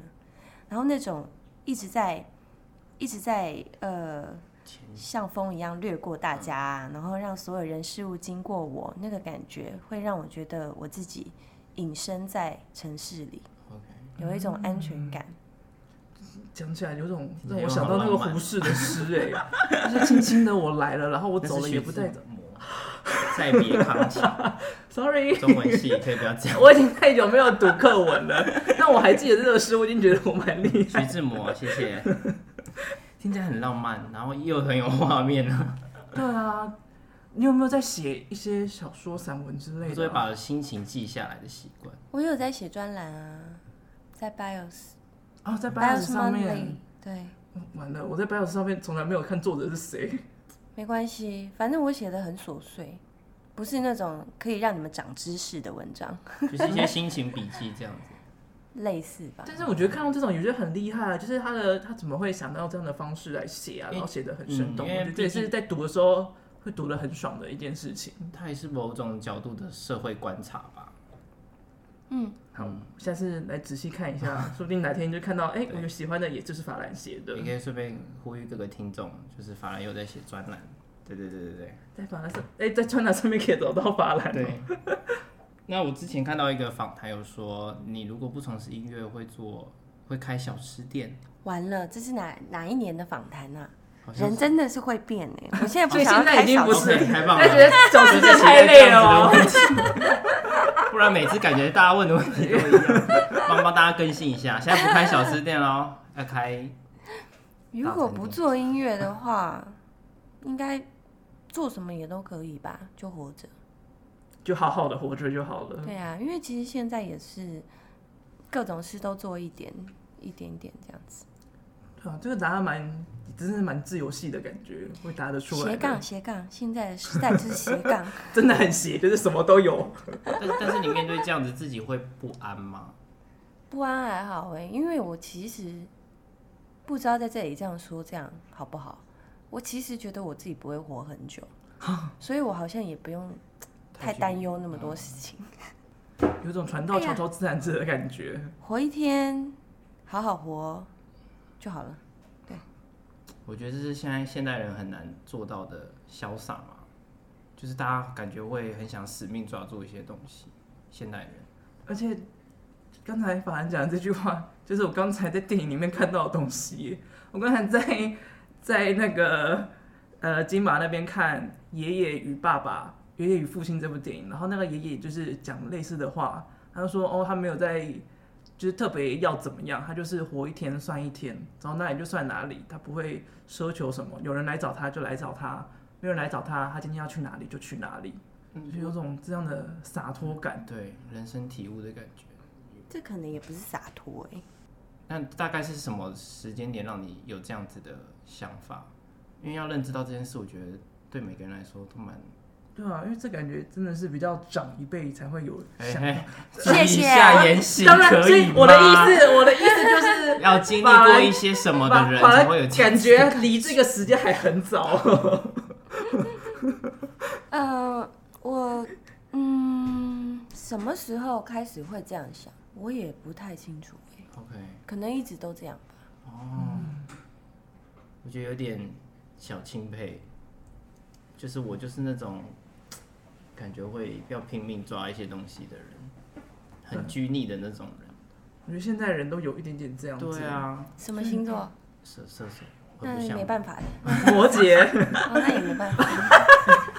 Speaker 3: 然后那种一直在一直在呃
Speaker 2: 前
Speaker 3: 像风一样掠过大家啊，然后让所有人事物经过我，那个感觉会让我觉得我自己隐身在城市里，
Speaker 2: OK，
Speaker 3: 有一种安全感。
Speaker 1: 嗯讲起来有种
Speaker 2: 你
Speaker 1: 让
Speaker 2: 有
Speaker 1: 我想到那个
Speaker 2: 好浪漫
Speaker 1: 胡适的
Speaker 2: [LAUGHS]
Speaker 1: 诗哎，就是轻轻的我来了，然后我
Speaker 2: 我
Speaker 1: 走了也不带走。
Speaker 2: 磨，再别扛起。
Speaker 1: Sorry，
Speaker 2: 中文系可以不要讲。
Speaker 1: 我已经太久没有读课文了，但我还记得这首诗，我已经觉得我蛮厉害。
Speaker 2: [LAUGHS] 徐志摩，谢谢。听起来很浪漫，然后又很有画面啊，
Speaker 1: 对啊，你有没有在写一些小说、散文之类
Speaker 2: 我就会
Speaker 1: 的啊、
Speaker 2: 把心情记下来的习惯。
Speaker 3: 我有在写专栏啊，在 Bios
Speaker 1: 哦，在 Bios 上
Speaker 3: Monthly，
Speaker 1: 面，
Speaker 3: 对，
Speaker 1: 哦完了，我在 Bios 上面从来没有看作者是谁。
Speaker 3: 没关系，反正我写的很琐碎，不是那种可以让你们长知识的文章，
Speaker 2: 就是一些心情笔记这样子。
Speaker 3: 类似吧。
Speaker 1: 但是我觉得看到这种，有些很厉害，啊就是他的他怎么会想到这样的方式来写啊，
Speaker 2: 因为
Speaker 1: 然后写的很生动，
Speaker 2: 嗯
Speaker 1: 我
Speaker 2: 因为
Speaker 1: 觉得这也是在读的时候会读的很爽的一件事情。
Speaker 2: 它也是某种角度的社会观察吧。
Speaker 3: 嗯，
Speaker 1: 好，下次来仔细看一下， [LAUGHS] 说不定哪天就看到，哎、我有喜欢的，也就是法兰写的
Speaker 2: 也，可以顺便呼吁各个听众，就是法兰有在写专栏。对对对对对。
Speaker 1: 在法兰上，哎、在川南上面可以找到法兰、哦。
Speaker 2: 对。 [LAUGHS] 那我之前看到一个访谈，有说你如果不从事音乐，会做会开小吃店，
Speaker 3: 完了，这是哪哪一年的访谈啊？
Speaker 2: 好像
Speaker 3: 人真的是会变哎、我现在不
Speaker 1: 所以
Speaker 3: 想要
Speaker 1: 现在
Speaker 3: 开
Speaker 1: 已经
Speaker 3: 小
Speaker 1: 不
Speaker 3: 吃
Speaker 1: 是
Speaker 2: ，OK，太棒
Speaker 1: 但觉
Speaker 2: 了。
Speaker 1: 得 [LAUGHS] 小吃店太累了哦。
Speaker 2: 不然每次感觉大家问的问题都一样，帮帮大家更新一下。现在不开小吃店喽，要开
Speaker 3: 如果不做音乐的话，应该做什么也都可以吧，就活着。
Speaker 1: [LAUGHS] 就好好的活着就好了。
Speaker 3: 对啊，因为其实现在也是各种事都做一点一点点这样子。
Speaker 1: 对啊，这个答案蛮，真是蛮自由系的感觉，会答得出来
Speaker 3: 斜
Speaker 1: 的。
Speaker 3: 杠斜杠，现在的时代就是斜杠。
Speaker 1: 真的很邪，就是什么都有。
Speaker 2: 但但是你面对这样子，自己会不安吗？
Speaker 3: 不安还好哎、因为我其实不知道在这里这样说这样好不好。我其实觉得我自己不会活很久，所以我好像也不用太
Speaker 2: 去
Speaker 3: 担忧那么多事情。
Speaker 1: 有种船到
Speaker 3: 哎呀
Speaker 1: 桥头自然直的感觉。
Speaker 3: 活一天，好好活就好了。
Speaker 2: 我觉得这是现在现代人很难做到的潇洒嘛，就是大家感觉会很想死命抓住一些东西。现代人，
Speaker 1: 而且刚才法兰讲的这句话， [LAUGHS] 就是我刚才在电影里面看到的东西耶。我刚才在在那个呃金马那边看《爷爷与爸爸》《爷爷与父亲》这部电影，然后那个爷爷就是讲类似的话，他就说哦，他没有在就是特别要怎么样，他就是活一天算一天，找哪里就算哪里，他不会奢求什么，有人来找他就来找他。没有人来找他，他今天要去哪里就去哪里，就有种这样的洒脱感。
Speaker 2: 对人生体悟的感觉。
Speaker 3: 这可能也不是洒脱哎、
Speaker 2: 那大概是什么时间点让你有这样子的想法？因为要认知到这件事，我觉得对每个人来说都蛮……
Speaker 1: 对啊，因为这感觉真的是比较长一辈才会有
Speaker 2: 哎、
Speaker 1: 想。
Speaker 2: 哎
Speaker 3: 谢谢
Speaker 2: 注意一下言行
Speaker 1: 当然，
Speaker 2: 可
Speaker 1: 所以
Speaker 2: 以
Speaker 1: 我的意
Speaker 2: 吗，
Speaker 1: 思，我的意思
Speaker 2: [LAUGHS]
Speaker 1: 就是，
Speaker 2: 要经历过一些什么的人才会有这样
Speaker 1: 感
Speaker 2: 子
Speaker 1: 觉离这个时间还很
Speaker 2: [LAUGHS]
Speaker 1: 早。
Speaker 3: 呃，我嗯，什么时候开始会这样想，我也不太清楚哎、
Speaker 2: OK，
Speaker 3: 可能一直都这样吧。
Speaker 2: 哦，我觉得有点小钦佩，就是我就是那种感觉会要拼命抓一些东西的人，很拘泥的那种人。
Speaker 1: 我觉得现在人都有一点点这样子。
Speaker 2: 对，啊，
Speaker 3: 什么星座？
Speaker 2: 射射手，会
Speaker 3: 那
Speaker 2: 不像
Speaker 3: 没
Speaker 2: 我
Speaker 3: 办法
Speaker 1: [LAUGHS]
Speaker 3: 的，
Speaker 1: 摩
Speaker 2: [LAUGHS]
Speaker 1: 羯，
Speaker 3: 哦，那也没办法。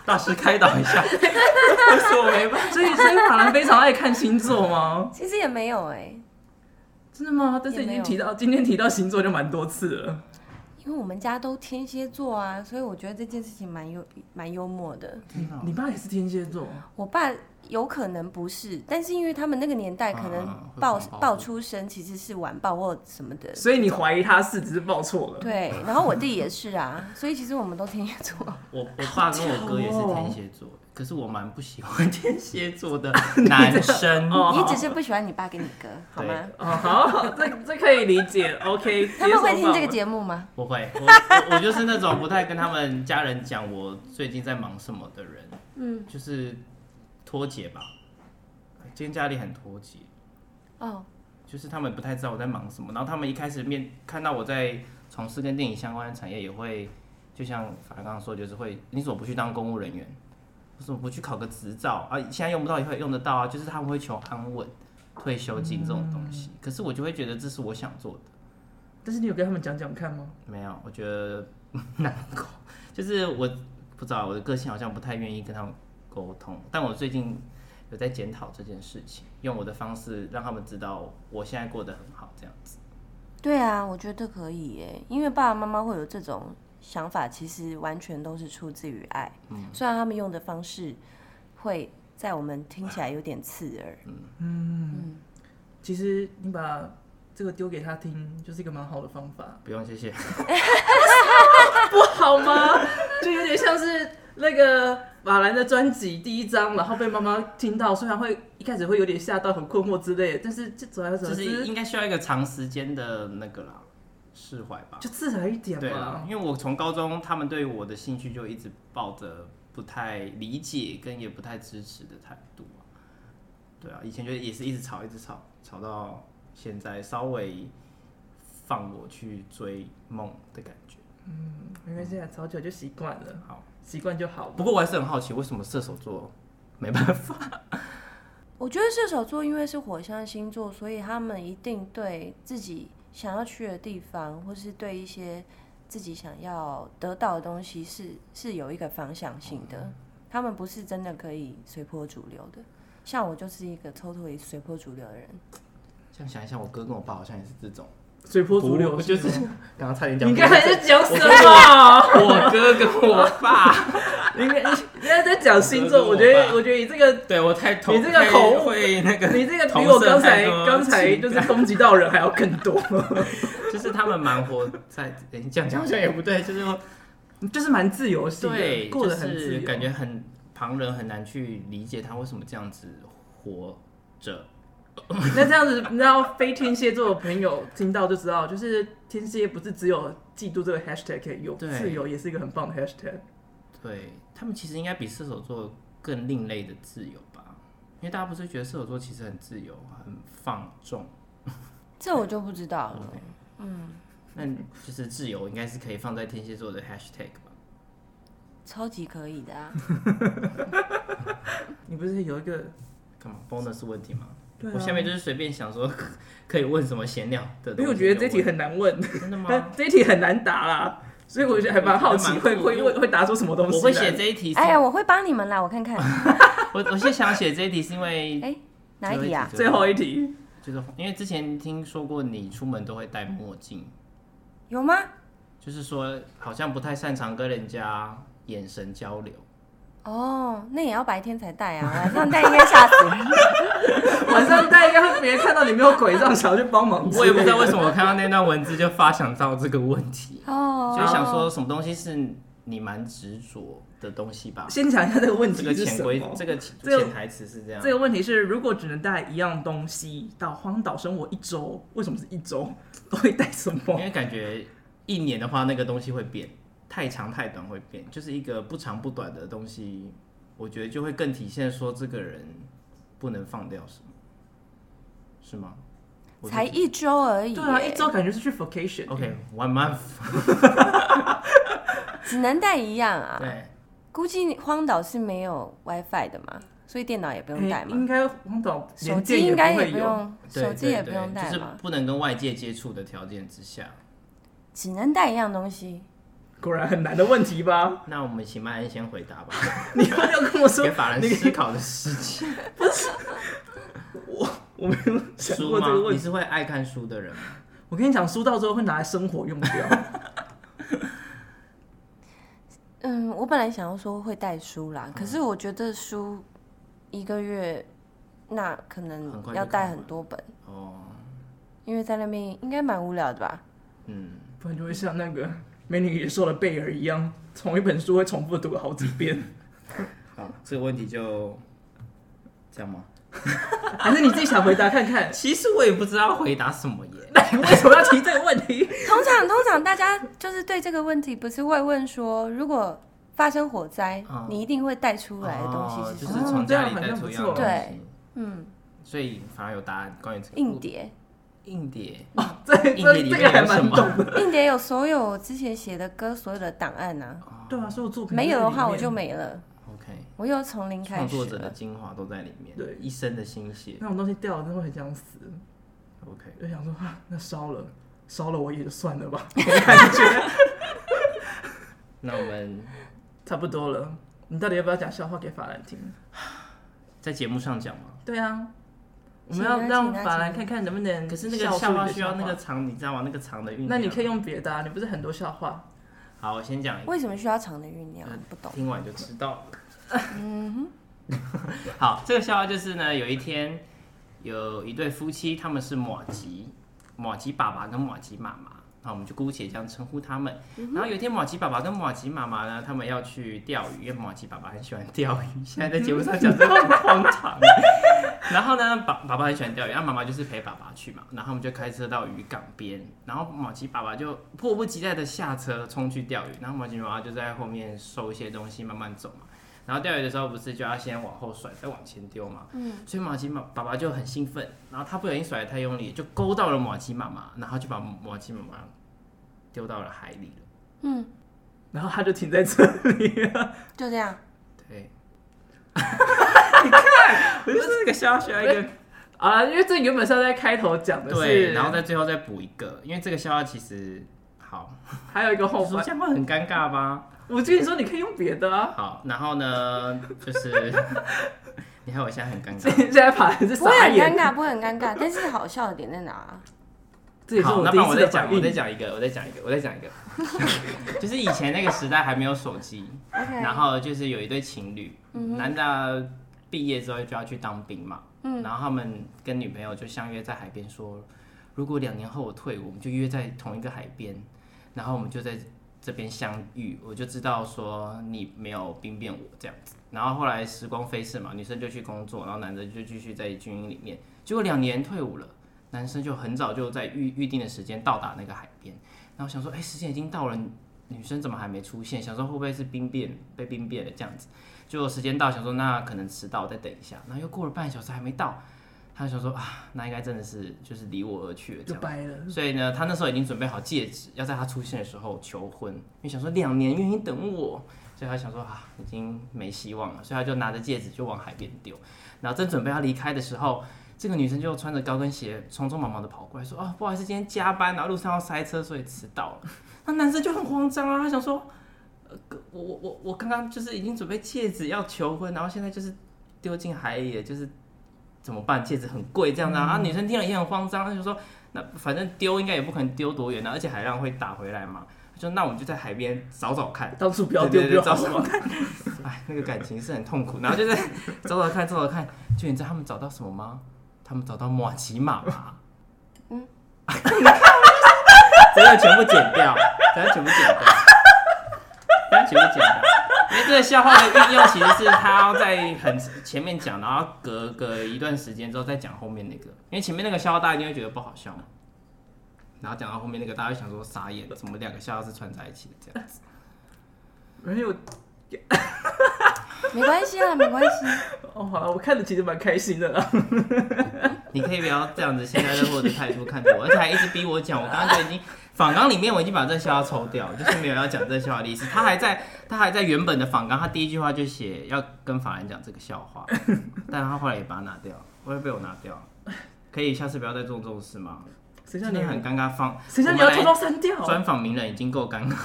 Speaker 2: 大师开导一下，我说我没办法。
Speaker 1: 所以所以法兰非常爱看星座吗？
Speaker 3: 其实也没有哎、
Speaker 1: 真的吗？但是已经提到今天提到星座就蛮多次了。
Speaker 3: 因为我们家都天蝎座啊，所以我觉得这件事情蛮幽蛮幽默的。
Speaker 2: 哦
Speaker 1: 你爸也是天蝎座，
Speaker 3: 我爸有可能不是，但是因为他们那个年代可能
Speaker 2: 啊会
Speaker 3: 爆、
Speaker 2: 谎报
Speaker 3: 爆出生其实是晚报或什么的，
Speaker 1: 所以你怀疑他是只是报错了。
Speaker 3: 对。然后我弟也是啊，所以其实我们都天蝎座。
Speaker 2: 我我爸跟我哥也是天蝎座，可是我蛮不喜欢 [LAUGHS] 天蝎座的男生。
Speaker 1: 哦
Speaker 3: 你只是不喜欢你爸跟你哥，好吗？
Speaker 1: 哦，好，这这可以理解。OK，
Speaker 3: 他们会
Speaker 1: 接受
Speaker 3: 听
Speaker 1: 到
Speaker 3: 这个节目吗？
Speaker 2: 不会，我我我就是那种不太跟他们家人讲我最近在忙什么的人，
Speaker 3: 嗯，
Speaker 2: 就是脱节吧。今天家里很脱节，
Speaker 3: 哦，
Speaker 2: 就是他们不太知道我在忙什么，然后他们一开始面看到我在从事跟电影相关的产业，也会就像法刚刚说，就是会你怎么不去当公务人员？为什么不去考个执照啊？现在用不到也会用得到啊，就是他们会求安稳、退休金这种东西。
Speaker 3: 嗯
Speaker 2: 可是我就会觉得这是我想做的，
Speaker 1: 但是你有跟他们讲讲看吗？
Speaker 2: 没有，我觉得 [LAUGHS] 难搞，就是我不知道我的个性好像不太愿意跟他们沟通，但我最近有在检讨这件事情，用我的方式让他们知道我现在过得很好，这样子。
Speaker 3: 对啊，我觉得可以耶，因为爸爸妈妈会有这种想法，其实完全都是出自于爱。虽然他们用的方式会在我们听起来有点刺耳，
Speaker 1: 其实你把这个丢给他听，就是一个蛮好的方法，
Speaker 2: 不用谢谢。
Speaker 1: 不好吗？ [LAUGHS] 就有点像是那个马兰的专辑第一张，然后被妈妈听到，虽然会一开始会有点吓到、很困惑之类的，但是这走来走
Speaker 2: 就
Speaker 1: 去
Speaker 2: 是应该需要一个长时间的那个啦，释怀吧。
Speaker 1: 就自然一点
Speaker 2: 对啊啦
Speaker 1: 嘛，。
Speaker 2: 因为我从高中他们对我的兴趣就一直抱着不太理解跟也不太支持的态度啊。对啊，以前就也是一直吵，一直吵，吵到现在稍微放我去追梦的感觉。
Speaker 1: 没关系，啊，早久就习惯了，
Speaker 2: 好，
Speaker 1: 习惯就好了。
Speaker 2: 不过我还是很好奇，为什么射手座没办法？
Speaker 3: 我觉得射手座因为是火象星座，所以他们一定对自己想要去的地方，或是对一些自己想要得到的东西是是有一个方向性的。他们不是真的可以随波逐流的。像我就是一个抽脱于随波逐流的人。
Speaker 2: 这样想一想，我哥跟我爸好像也是这种，
Speaker 1: 随波逐流，
Speaker 2: 我就是刚刚差点讲
Speaker 1: 你
Speaker 2: 不
Speaker 1: 刚
Speaker 2: 好，
Speaker 1: 才在讲什
Speaker 2: 我
Speaker 1: 么？
Speaker 2: 我哥跟我爸，
Speaker 1: 你刚你刚才在讲星座，
Speaker 2: 我
Speaker 1: 我
Speaker 2: 觉
Speaker 1: 觉
Speaker 2: 得
Speaker 1: 得我觉得你这个
Speaker 2: [LAUGHS] 对我太同
Speaker 1: 你这个口误
Speaker 2: 会那个，
Speaker 1: 你这个比
Speaker 2: 同
Speaker 1: 我
Speaker 2: 色
Speaker 1: 刚
Speaker 2: 太
Speaker 1: 才
Speaker 2: 多
Speaker 1: 刚才
Speaker 2: 情
Speaker 1: 就是攻击到人还要更多，
Speaker 2: [LAUGHS] 就是他们蛮活在，诶这样讲好像也不对，就是说
Speaker 1: 就是蛮自由系的，
Speaker 2: 对，
Speaker 1: 过得很自
Speaker 2: 就是
Speaker 1: 由，
Speaker 2: 感觉很旁人很难去理解他为什么这样子活着。
Speaker 1: [LAUGHS] 那这样子，你知道非天蝎座的朋友听到就知道，就是天蝎不是只有嫉妒这个 hashtag 可以用，
Speaker 2: 对
Speaker 1: 自由也是一个很棒的 hashtag。
Speaker 2: 对他们其实应该比射手座更另类的自由吧，因为大家不是觉得射手座其实很自由、很放纵，
Speaker 3: 这我就不知道了。
Speaker 2: 那就是自由应该是可以放在天蝎座的 hashtag 吧。
Speaker 3: 超级可以的啊！
Speaker 1: 你不是有一个
Speaker 2: 干嘛 bonus 问题吗？
Speaker 1: 对啊？
Speaker 2: 我下面就是随便想说可以问什么闲聊的东西，
Speaker 1: 因为我觉得这题很难问，
Speaker 2: 就问真的吗
Speaker 1: [LAUGHS] 但？这题很难答啦，所以我觉得还蛮好奇
Speaker 2: 我觉得
Speaker 1: 会
Speaker 2: 蛮酷
Speaker 1: 会
Speaker 2: 因为
Speaker 1: 会会答出什么东西来。
Speaker 2: 我会写这一题是，
Speaker 3: 哎呀，我会帮你们啦，我看看
Speaker 2: 我我是想写这一题是因为
Speaker 3: 哎哪一题啊？
Speaker 1: 最后一题，
Speaker 2: 就是因为之前听说过你出门都会戴墨镜，
Speaker 3: 有吗？
Speaker 2: 就是说好像不太擅长跟人家眼神交流。
Speaker 3: 哦，那也要白天才戴啊，晚上戴应该吓死人。
Speaker 1: 晚上大家应该会别人看到你没有鬼杖，想要去帮忙之类的。
Speaker 2: 我也不知道为什么我看到那段文字就发想到这个问题，
Speaker 3: 哦，
Speaker 2: 就想说什么东西是你蛮执着的东西吧？
Speaker 1: 先讲一下这个问
Speaker 2: 这
Speaker 1: 题
Speaker 2: 个
Speaker 1: 是什
Speaker 2: 潜
Speaker 1: 么
Speaker 2: 规。，这个潜
Speaker 1: 这个
Speaker 2: 潜台词是这样
Speaker 1: 这。个问题是，如果只能带一样东西到荒岛生活一周， [LAUGHS] 为什么是一周？都会带什么？
Speaker 2: 因为感觉一年的话，那个东西会变，太长太短会变，就是一个不长不短的东西，我觉得就会更体现说这个人不能放掉什么，是吗？我
Speaker 3: 才一周而已耶，
Speaker 1: 对啊，一周感觉是去 vacation。
Speaker 2: OK，one、month，
Speaker 3: 只能带一样啊。
Speaker 2: 对，
Speaker 3: 估计荒岛是没有 WiFi 的嘛，所以电脑也不用带
Speaker 1: 哎
Speaker 3: 嘛，
Speaker 1: 应该荒岛
Speaker 3: 手
Speaker 1: 连
Speaker 3: 机
Speaker 1: 电也
Speaker 3: 应
Speaker 1: 不
Speaker 3: 该
Speaker 1: 会
Speaker 3: 也不
Speaker 1: 有。
Speaker 3: 用，
Speaker 2: 对
Speaker 3: 手机也不
Speaker 2: 对
Speaker 3: 用
Speaker 2: 对
Speaker 3: 带
Speaker 2: 就是
Speaker 3: 嘛，
Speaker 2: 不能跟外界接触的条件之下。
Speaker 3: 只能带一样东西。
Speaker 1: 果然很难的问题吧？ [LAUGHS]
Speaker 2: 那我们请麦恩先回答吧，
Speaker 1: 你有没有跟我 [LAUGHS] 说
Speaker 2: [LAUGHS] 给法人
Speaker 1: 那
Speaker 2: 思
Speaker 1: 个？
Speaker 2: 考的事情。
Speaker 1: 我没有想
Speaker 2: 书
Speaker 1: 过这个
Speaker 2: 吗？
Speaker 1: 问
Speaker 2: 你
Speaker 1: 题。
Speaker 2: 是会爱看书的人吗？
Speaker 1: 我跟你讲，书到之后会拿来生活用掉。
Speaker 3: 嗯，我本来想要说会带书
Speaker 2: 嗯
Speaker 3: 啦，可是我觉得书一个月那可
Speaker 2: 很
Speaker 3: 能
Speaker 2: 快就
Speaker 3: 要带
Speaker 2: 看
Speaker 3: 很
Speaker 2: 完
Speaker 3: 多本，
Speaker 2: 哦，
Speaker 3: 因为在那边应该蛮无聊的吧。
Speaker 2: 嗯，
Speaker 1: 不然就会像那个《美女与野兽》的贝尔一样，同一本书会重复地读了好几
Speaker 2: [LAUGHS]
Speaker 1: 遍。
Speaker 2: 好，这个问题就这样吗？
Speaker 1: 还是你自己想回答看看？
Speaker 2: 其实我也不知
Speaker 1: [LAUGHS]
Speaker 2: 道回答什么耶。
Speaker 1: 那你为什么要提这个问题？
Speaker 3: 通常通常大家就是对这个问题不是会问说，如果发生火灾，
Speaker 2: 嗯
Speaker 3: 你一定会带出来的东西是
Speaker 2: 哦啊就
Speaker 3: 什
Speaker 2: 是
Speaker 3: 么？
Speaker 2: 从家里带出一样
Speaker 1: 哦
Speaker 2: 东西
Speaker 3: 这样好像不错，嗯，
Speaker 2: 所以反而有答案关于这个
Speaker 3: 硬碟，
Speaker 2: 硬碟，
Speaker 1: 这
Speaker 2: 硬碟
Speaker 1: 这
Speaker 2: 里
Speaker 1: 哦这
Speaker 2: 面
Speaker 1: 个还
Speaker 2: 有什
Speaker 1: 蛮
Speaker 2: 么
Speaker 1: 懂的。
Speaker 3: 硬碟有所有我之前写的歌所有的档案呐、啊，
Speaker 1: 对啊，所有作品
Speaker 3: 没有的话
Speaker 1: 都在
Speaker 3: 我
Speaker 1: 里
Speaker 3: 就
Speaker 1: 面
Speaker 3: 没了，
Speaker 2: [LAUGHS] OK，
Speaker 3: 我又从零开
Speaker 2: 创
Speaker 3: 始
Speaker 2: 作者的
Speaker 3: 了。
Speaker 2: 精华都在里面，
Speaker 1: 对
Speaker 2: 一生的心血。
Speaker 1: 那种东西掉了，真的会很想死。
Speaker 2: OK，
Speaker 1: 就想说啊，那烧了，烧了我也就算了
Speaker 2: [LAUGHS]
Speaker 1: 吧，
Speaker 2: 那我们
Speaker 1: 差不多了。你到底要不要讲笑话给法兰听？
Speaker 2: 在节目上讲嘛。
Speaker 1: 对啊，我
Speaker 3: 请
Speaker 1: 们
Speaker 3: 啊
Speaker 1: 要让
Speaker 3: 请啊
Speaker 1: 法
Speaker 3: 请
Speaker 1: 兰看看能不能。
Speaker 2: 可是那个笑话
Speaker 1: 话
Speaker 2: 需要那个，嗯长，你知道吗？那个长的韵。
Speaker 1: 那你可以。用别的啊，你不是很多笑话？
Speaker 2: [LAUGHS] 好，我先讲一个，
Speaker 3: 为什么需要长的啊酝酿？不懂。
Speaker 2: 听完就知道了。
Speaker 3: 嗯哼，
Speaker 2: [LAUGHS] 好，这个笑话就是呢，有一天有一对夫妻，他们是马吉，马吉爸爸跟马吉妈妈，那我们就姑且这样称呼他们。
Speaker 3: 嗯
Speaker 2: 然后有一天，马吉爸爸跟马吉妈妈呢，他们要去钓鱼，因为马吉爸爸很喜欢钓鱼，现在在节目上讲这个很荒唐。 [LAUGHS] 然后呢，爸爸爸很喜欢钓鱼，然后啊妈妈就是陪爸爸去嘛，然后他们就开车到渔港边，然后马吉爸爸就迫不及待的下车冲去钓鱼，然后马吉妈妈就在后面收一些东西，慢慢走嘛。然后钓鱼的时候不是就要先往后甩，再往前丢嘛？嗯，所以马吉妈爸爸就很兴奋，然后他不小心甩得太用力，就勾到了马吉妈妈，然后就把马吉妈妈丢到了海里了。
Speaker 1: 然后他就停在这里了。
Speaker 3: 就这样。
Speaker 2: 对， [LAUGHS] 你看，我就是这个笑需要一个
Speaker 1: [LAUGHS] 好了，因为这原本是要在开头讲的
Speaker 2: 对，
Speaker 1: 是，
Speaker 2: 然后在最后再补一个，因为这个笑话其实好，
Speaker 1: 还有一个后
Speaker 2: 说
Speaker 1: 半。
Speaker 2: 这样会很尴尬吧？
Speaker 1: 我跟你说，你可以用别的啊。
Speaker 2: 好，然后呢，就是 [LAUGHS] 你看我现在很尴
Speaker 1: 所以
Speaker 2: 尬，
Speaker 1: 现在法兰是
Speaker 3: 不会
Speaker 1: 傻
Speaker 3: 很
Speaker 1: 眼
Speaker 3: 尴，尬，不会很尴尬，但是好笑的点在哪啊？
Speaker 1: 这也是
Speaker 2: 好，
Speaker 1: 我
Speaker 2: 那
Speaker 1: 第一
Speaker 2: 不然我
Speaker 1: 次
Speaker 2: 再
Speaker 1: 的
Speaker 2: 讲，
Speaker 1: 反
Speaker 2: 我再
Speaker 1: 应。
Speaker 2: 讲一个，我再讲一个，我再讲一个，就是以前那个 [LAUGHS] 时代还没有手机，
Speaker 3: OK，
Speaker 2: 然后就是有一对情侣，
Speaker 3: 嗯哼
Speaker 2: 男的毕业之后就要去当兵嘛，
Speaker 3: 嗯
Speaker 2: 然后他们跟女朋友就相约在海边说，如果两年后我退伍，我们就约在同一个海边，然后我们就在这边相遇，我就知道说你没有兵变我这样子。然后后来时光飞逝嘛，女生就去工作，然后男的就继续在军营里面，结果两年退伍了，男生就很早就在预预定的时间到达那个海边，然后想说，哎、时间已经到了。女生怎么还没出现？想说会不会是兵变被兵变了这样子？就时间到，想说那可能迟到，再等一下。然后又过了半小时还没到，他就想说啊，那应该真的是就是离我而去了
Speaker 1: 就
Speaker 2: 这样。
Speaker 1: 掰了，
Speaker 2: 所以呢，他那时候已经准备好戒指，要在他出现的时候求婚，因为想说两年愿意等我，所以他想说啊，已经没希望了，所以他就拿着戒指就往海边丢。然后正准备要离开的时候，这个女生就穿着高跟鞋，匆匆忙忙的跑过来说啊，不好意思，今天加班，然后路上要塞车，所以迟到了。 [LAUGHS] 那男生就很慌张啊，他想说，呃，我我我我刚刚就是已经准备戒指要求婚，然后现在就是丢进海里了，就是。怎么办？戒指很贵，这样子啊！啊女生听了也很慌张，她就说：“那反正丢应该也不可能丢多远啊，而且海浪会打回来嘛。他说那我们就在海边找找看，
Speaker 1: 到处不要丢
Speaker 2: 对对
Speaker 1: 就
Speaker 2: 对
Speaker 1: 好
Speaker 2: 找
Speaker 1: 了。
Speaker 2: 什
Speaker 1: [LAUGHS]
Speaker 2: 么 [LAUGHS] 看？哎，那个感情是很 [LAUGHS] 痛苦。然后就在找找看，找找看，就你知道他们找到什么吗？他们找到马奇马马。
Speaker 3: 嗯
Speaker 2: 嗯， [LAUGHS] 这段全部剪掉，这段全部剪掉，这段全部剪掉。因为这个笑话的运用其实是他要在很前面讲，然后隔隔一段时间之后再讲后面那个，因为前面那个笑话大家一定会觉得不好笑嘛，然后讲到后面那个大家就想说傻眼，怎么两个笑话是串在一起的这样？
Speaker 1: 没有
Speaker 3: 没关系啊，没关系。
Speaker 1: 哦，好了，我看的其实蛮开心的啦。
Speaker 2: 你可以不要这样子现在落的态度看着我，而且还一直逼我讲。我刚刚就已经访纲里面我已经把这笑话抽掉，就是没有要讲这笑话的意思。他还在他还在原本的访纲，他第一句话就写要跟法兰讲这个笑话， [LAUGHS] 但他后来也把它拿掉，我也被我拿掉。可以下次不要再做这种事吗？
Speaker 1: [LAUGHS] 谁叫
Speaker 2: 真
Speaker 1: 你
Speaker 2: 的很尴尬，放
Speaker 1: 谁叫你要偷偷删掉？
Speaker 2: 专访名人已经够尴尬，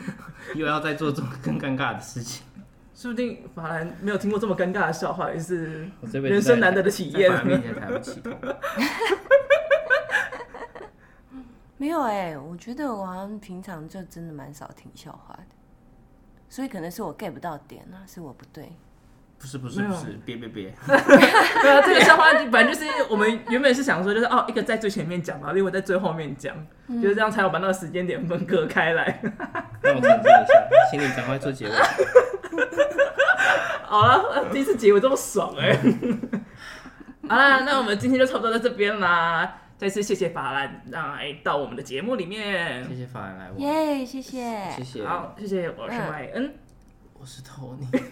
Speaker 2: [LAUGHS] 又要再做这种更尴尬的事情。
Speaker 1: 说不定法兰没有听过这么尴尬的笑话，也是
Speaker 2: 我这辈子
Speaker 1: 人生
Speaker 2: 在
Speaker 1: 难得的体验
Speaker 2: 在。法兰面前抬不起头。
Speaker 3: 没有哎、我觉得我好像平常就真的蛮少听笑话的，所以可能是我 get 不到点啊，是我不对。
Speaker 2: 不是不是
Speaker 1: 没有
Speaker 2: 不是，别别别，
Speaker 1: [LAUGHS] 对啊，这个笑话本来就是我们原本是想说，就是哦，一个在最前面讲嘛，另外在最后面讲，就是这样才有把那个时间点分割开来。
Speaker 2: 让我沉静一 [LAUGHS] 下，请你赶快做结尾。
Speaker 1: [LAUGHS] 好了，呃第一次结尾这么爽哎、 [LAUGHS] 好啦，那我们今天就差不多在这边啦。再次谢谢法兰来到我们的节目里面。
Speaker 2: 谢谢法兰来我，
Speaker 3: 耶、谢谢，
Speaker 2: 谢谢，
Speaker 1: 好，谢谢，我是麦恩，
Speaker 2: 我是 Tony，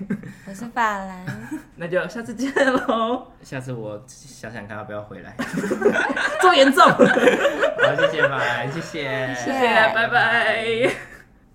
Speaker 3: 我是法兰，
Speaker 1: 那就下次见喽。
Speaker 2: 下次我想想看要不要回来。
Speaker 1: 这么严重，
Speaker 2: 好，谢谢法兰，谢谢，
Speaker 3: 谢
Speaker 1: 谢谢，拜拜。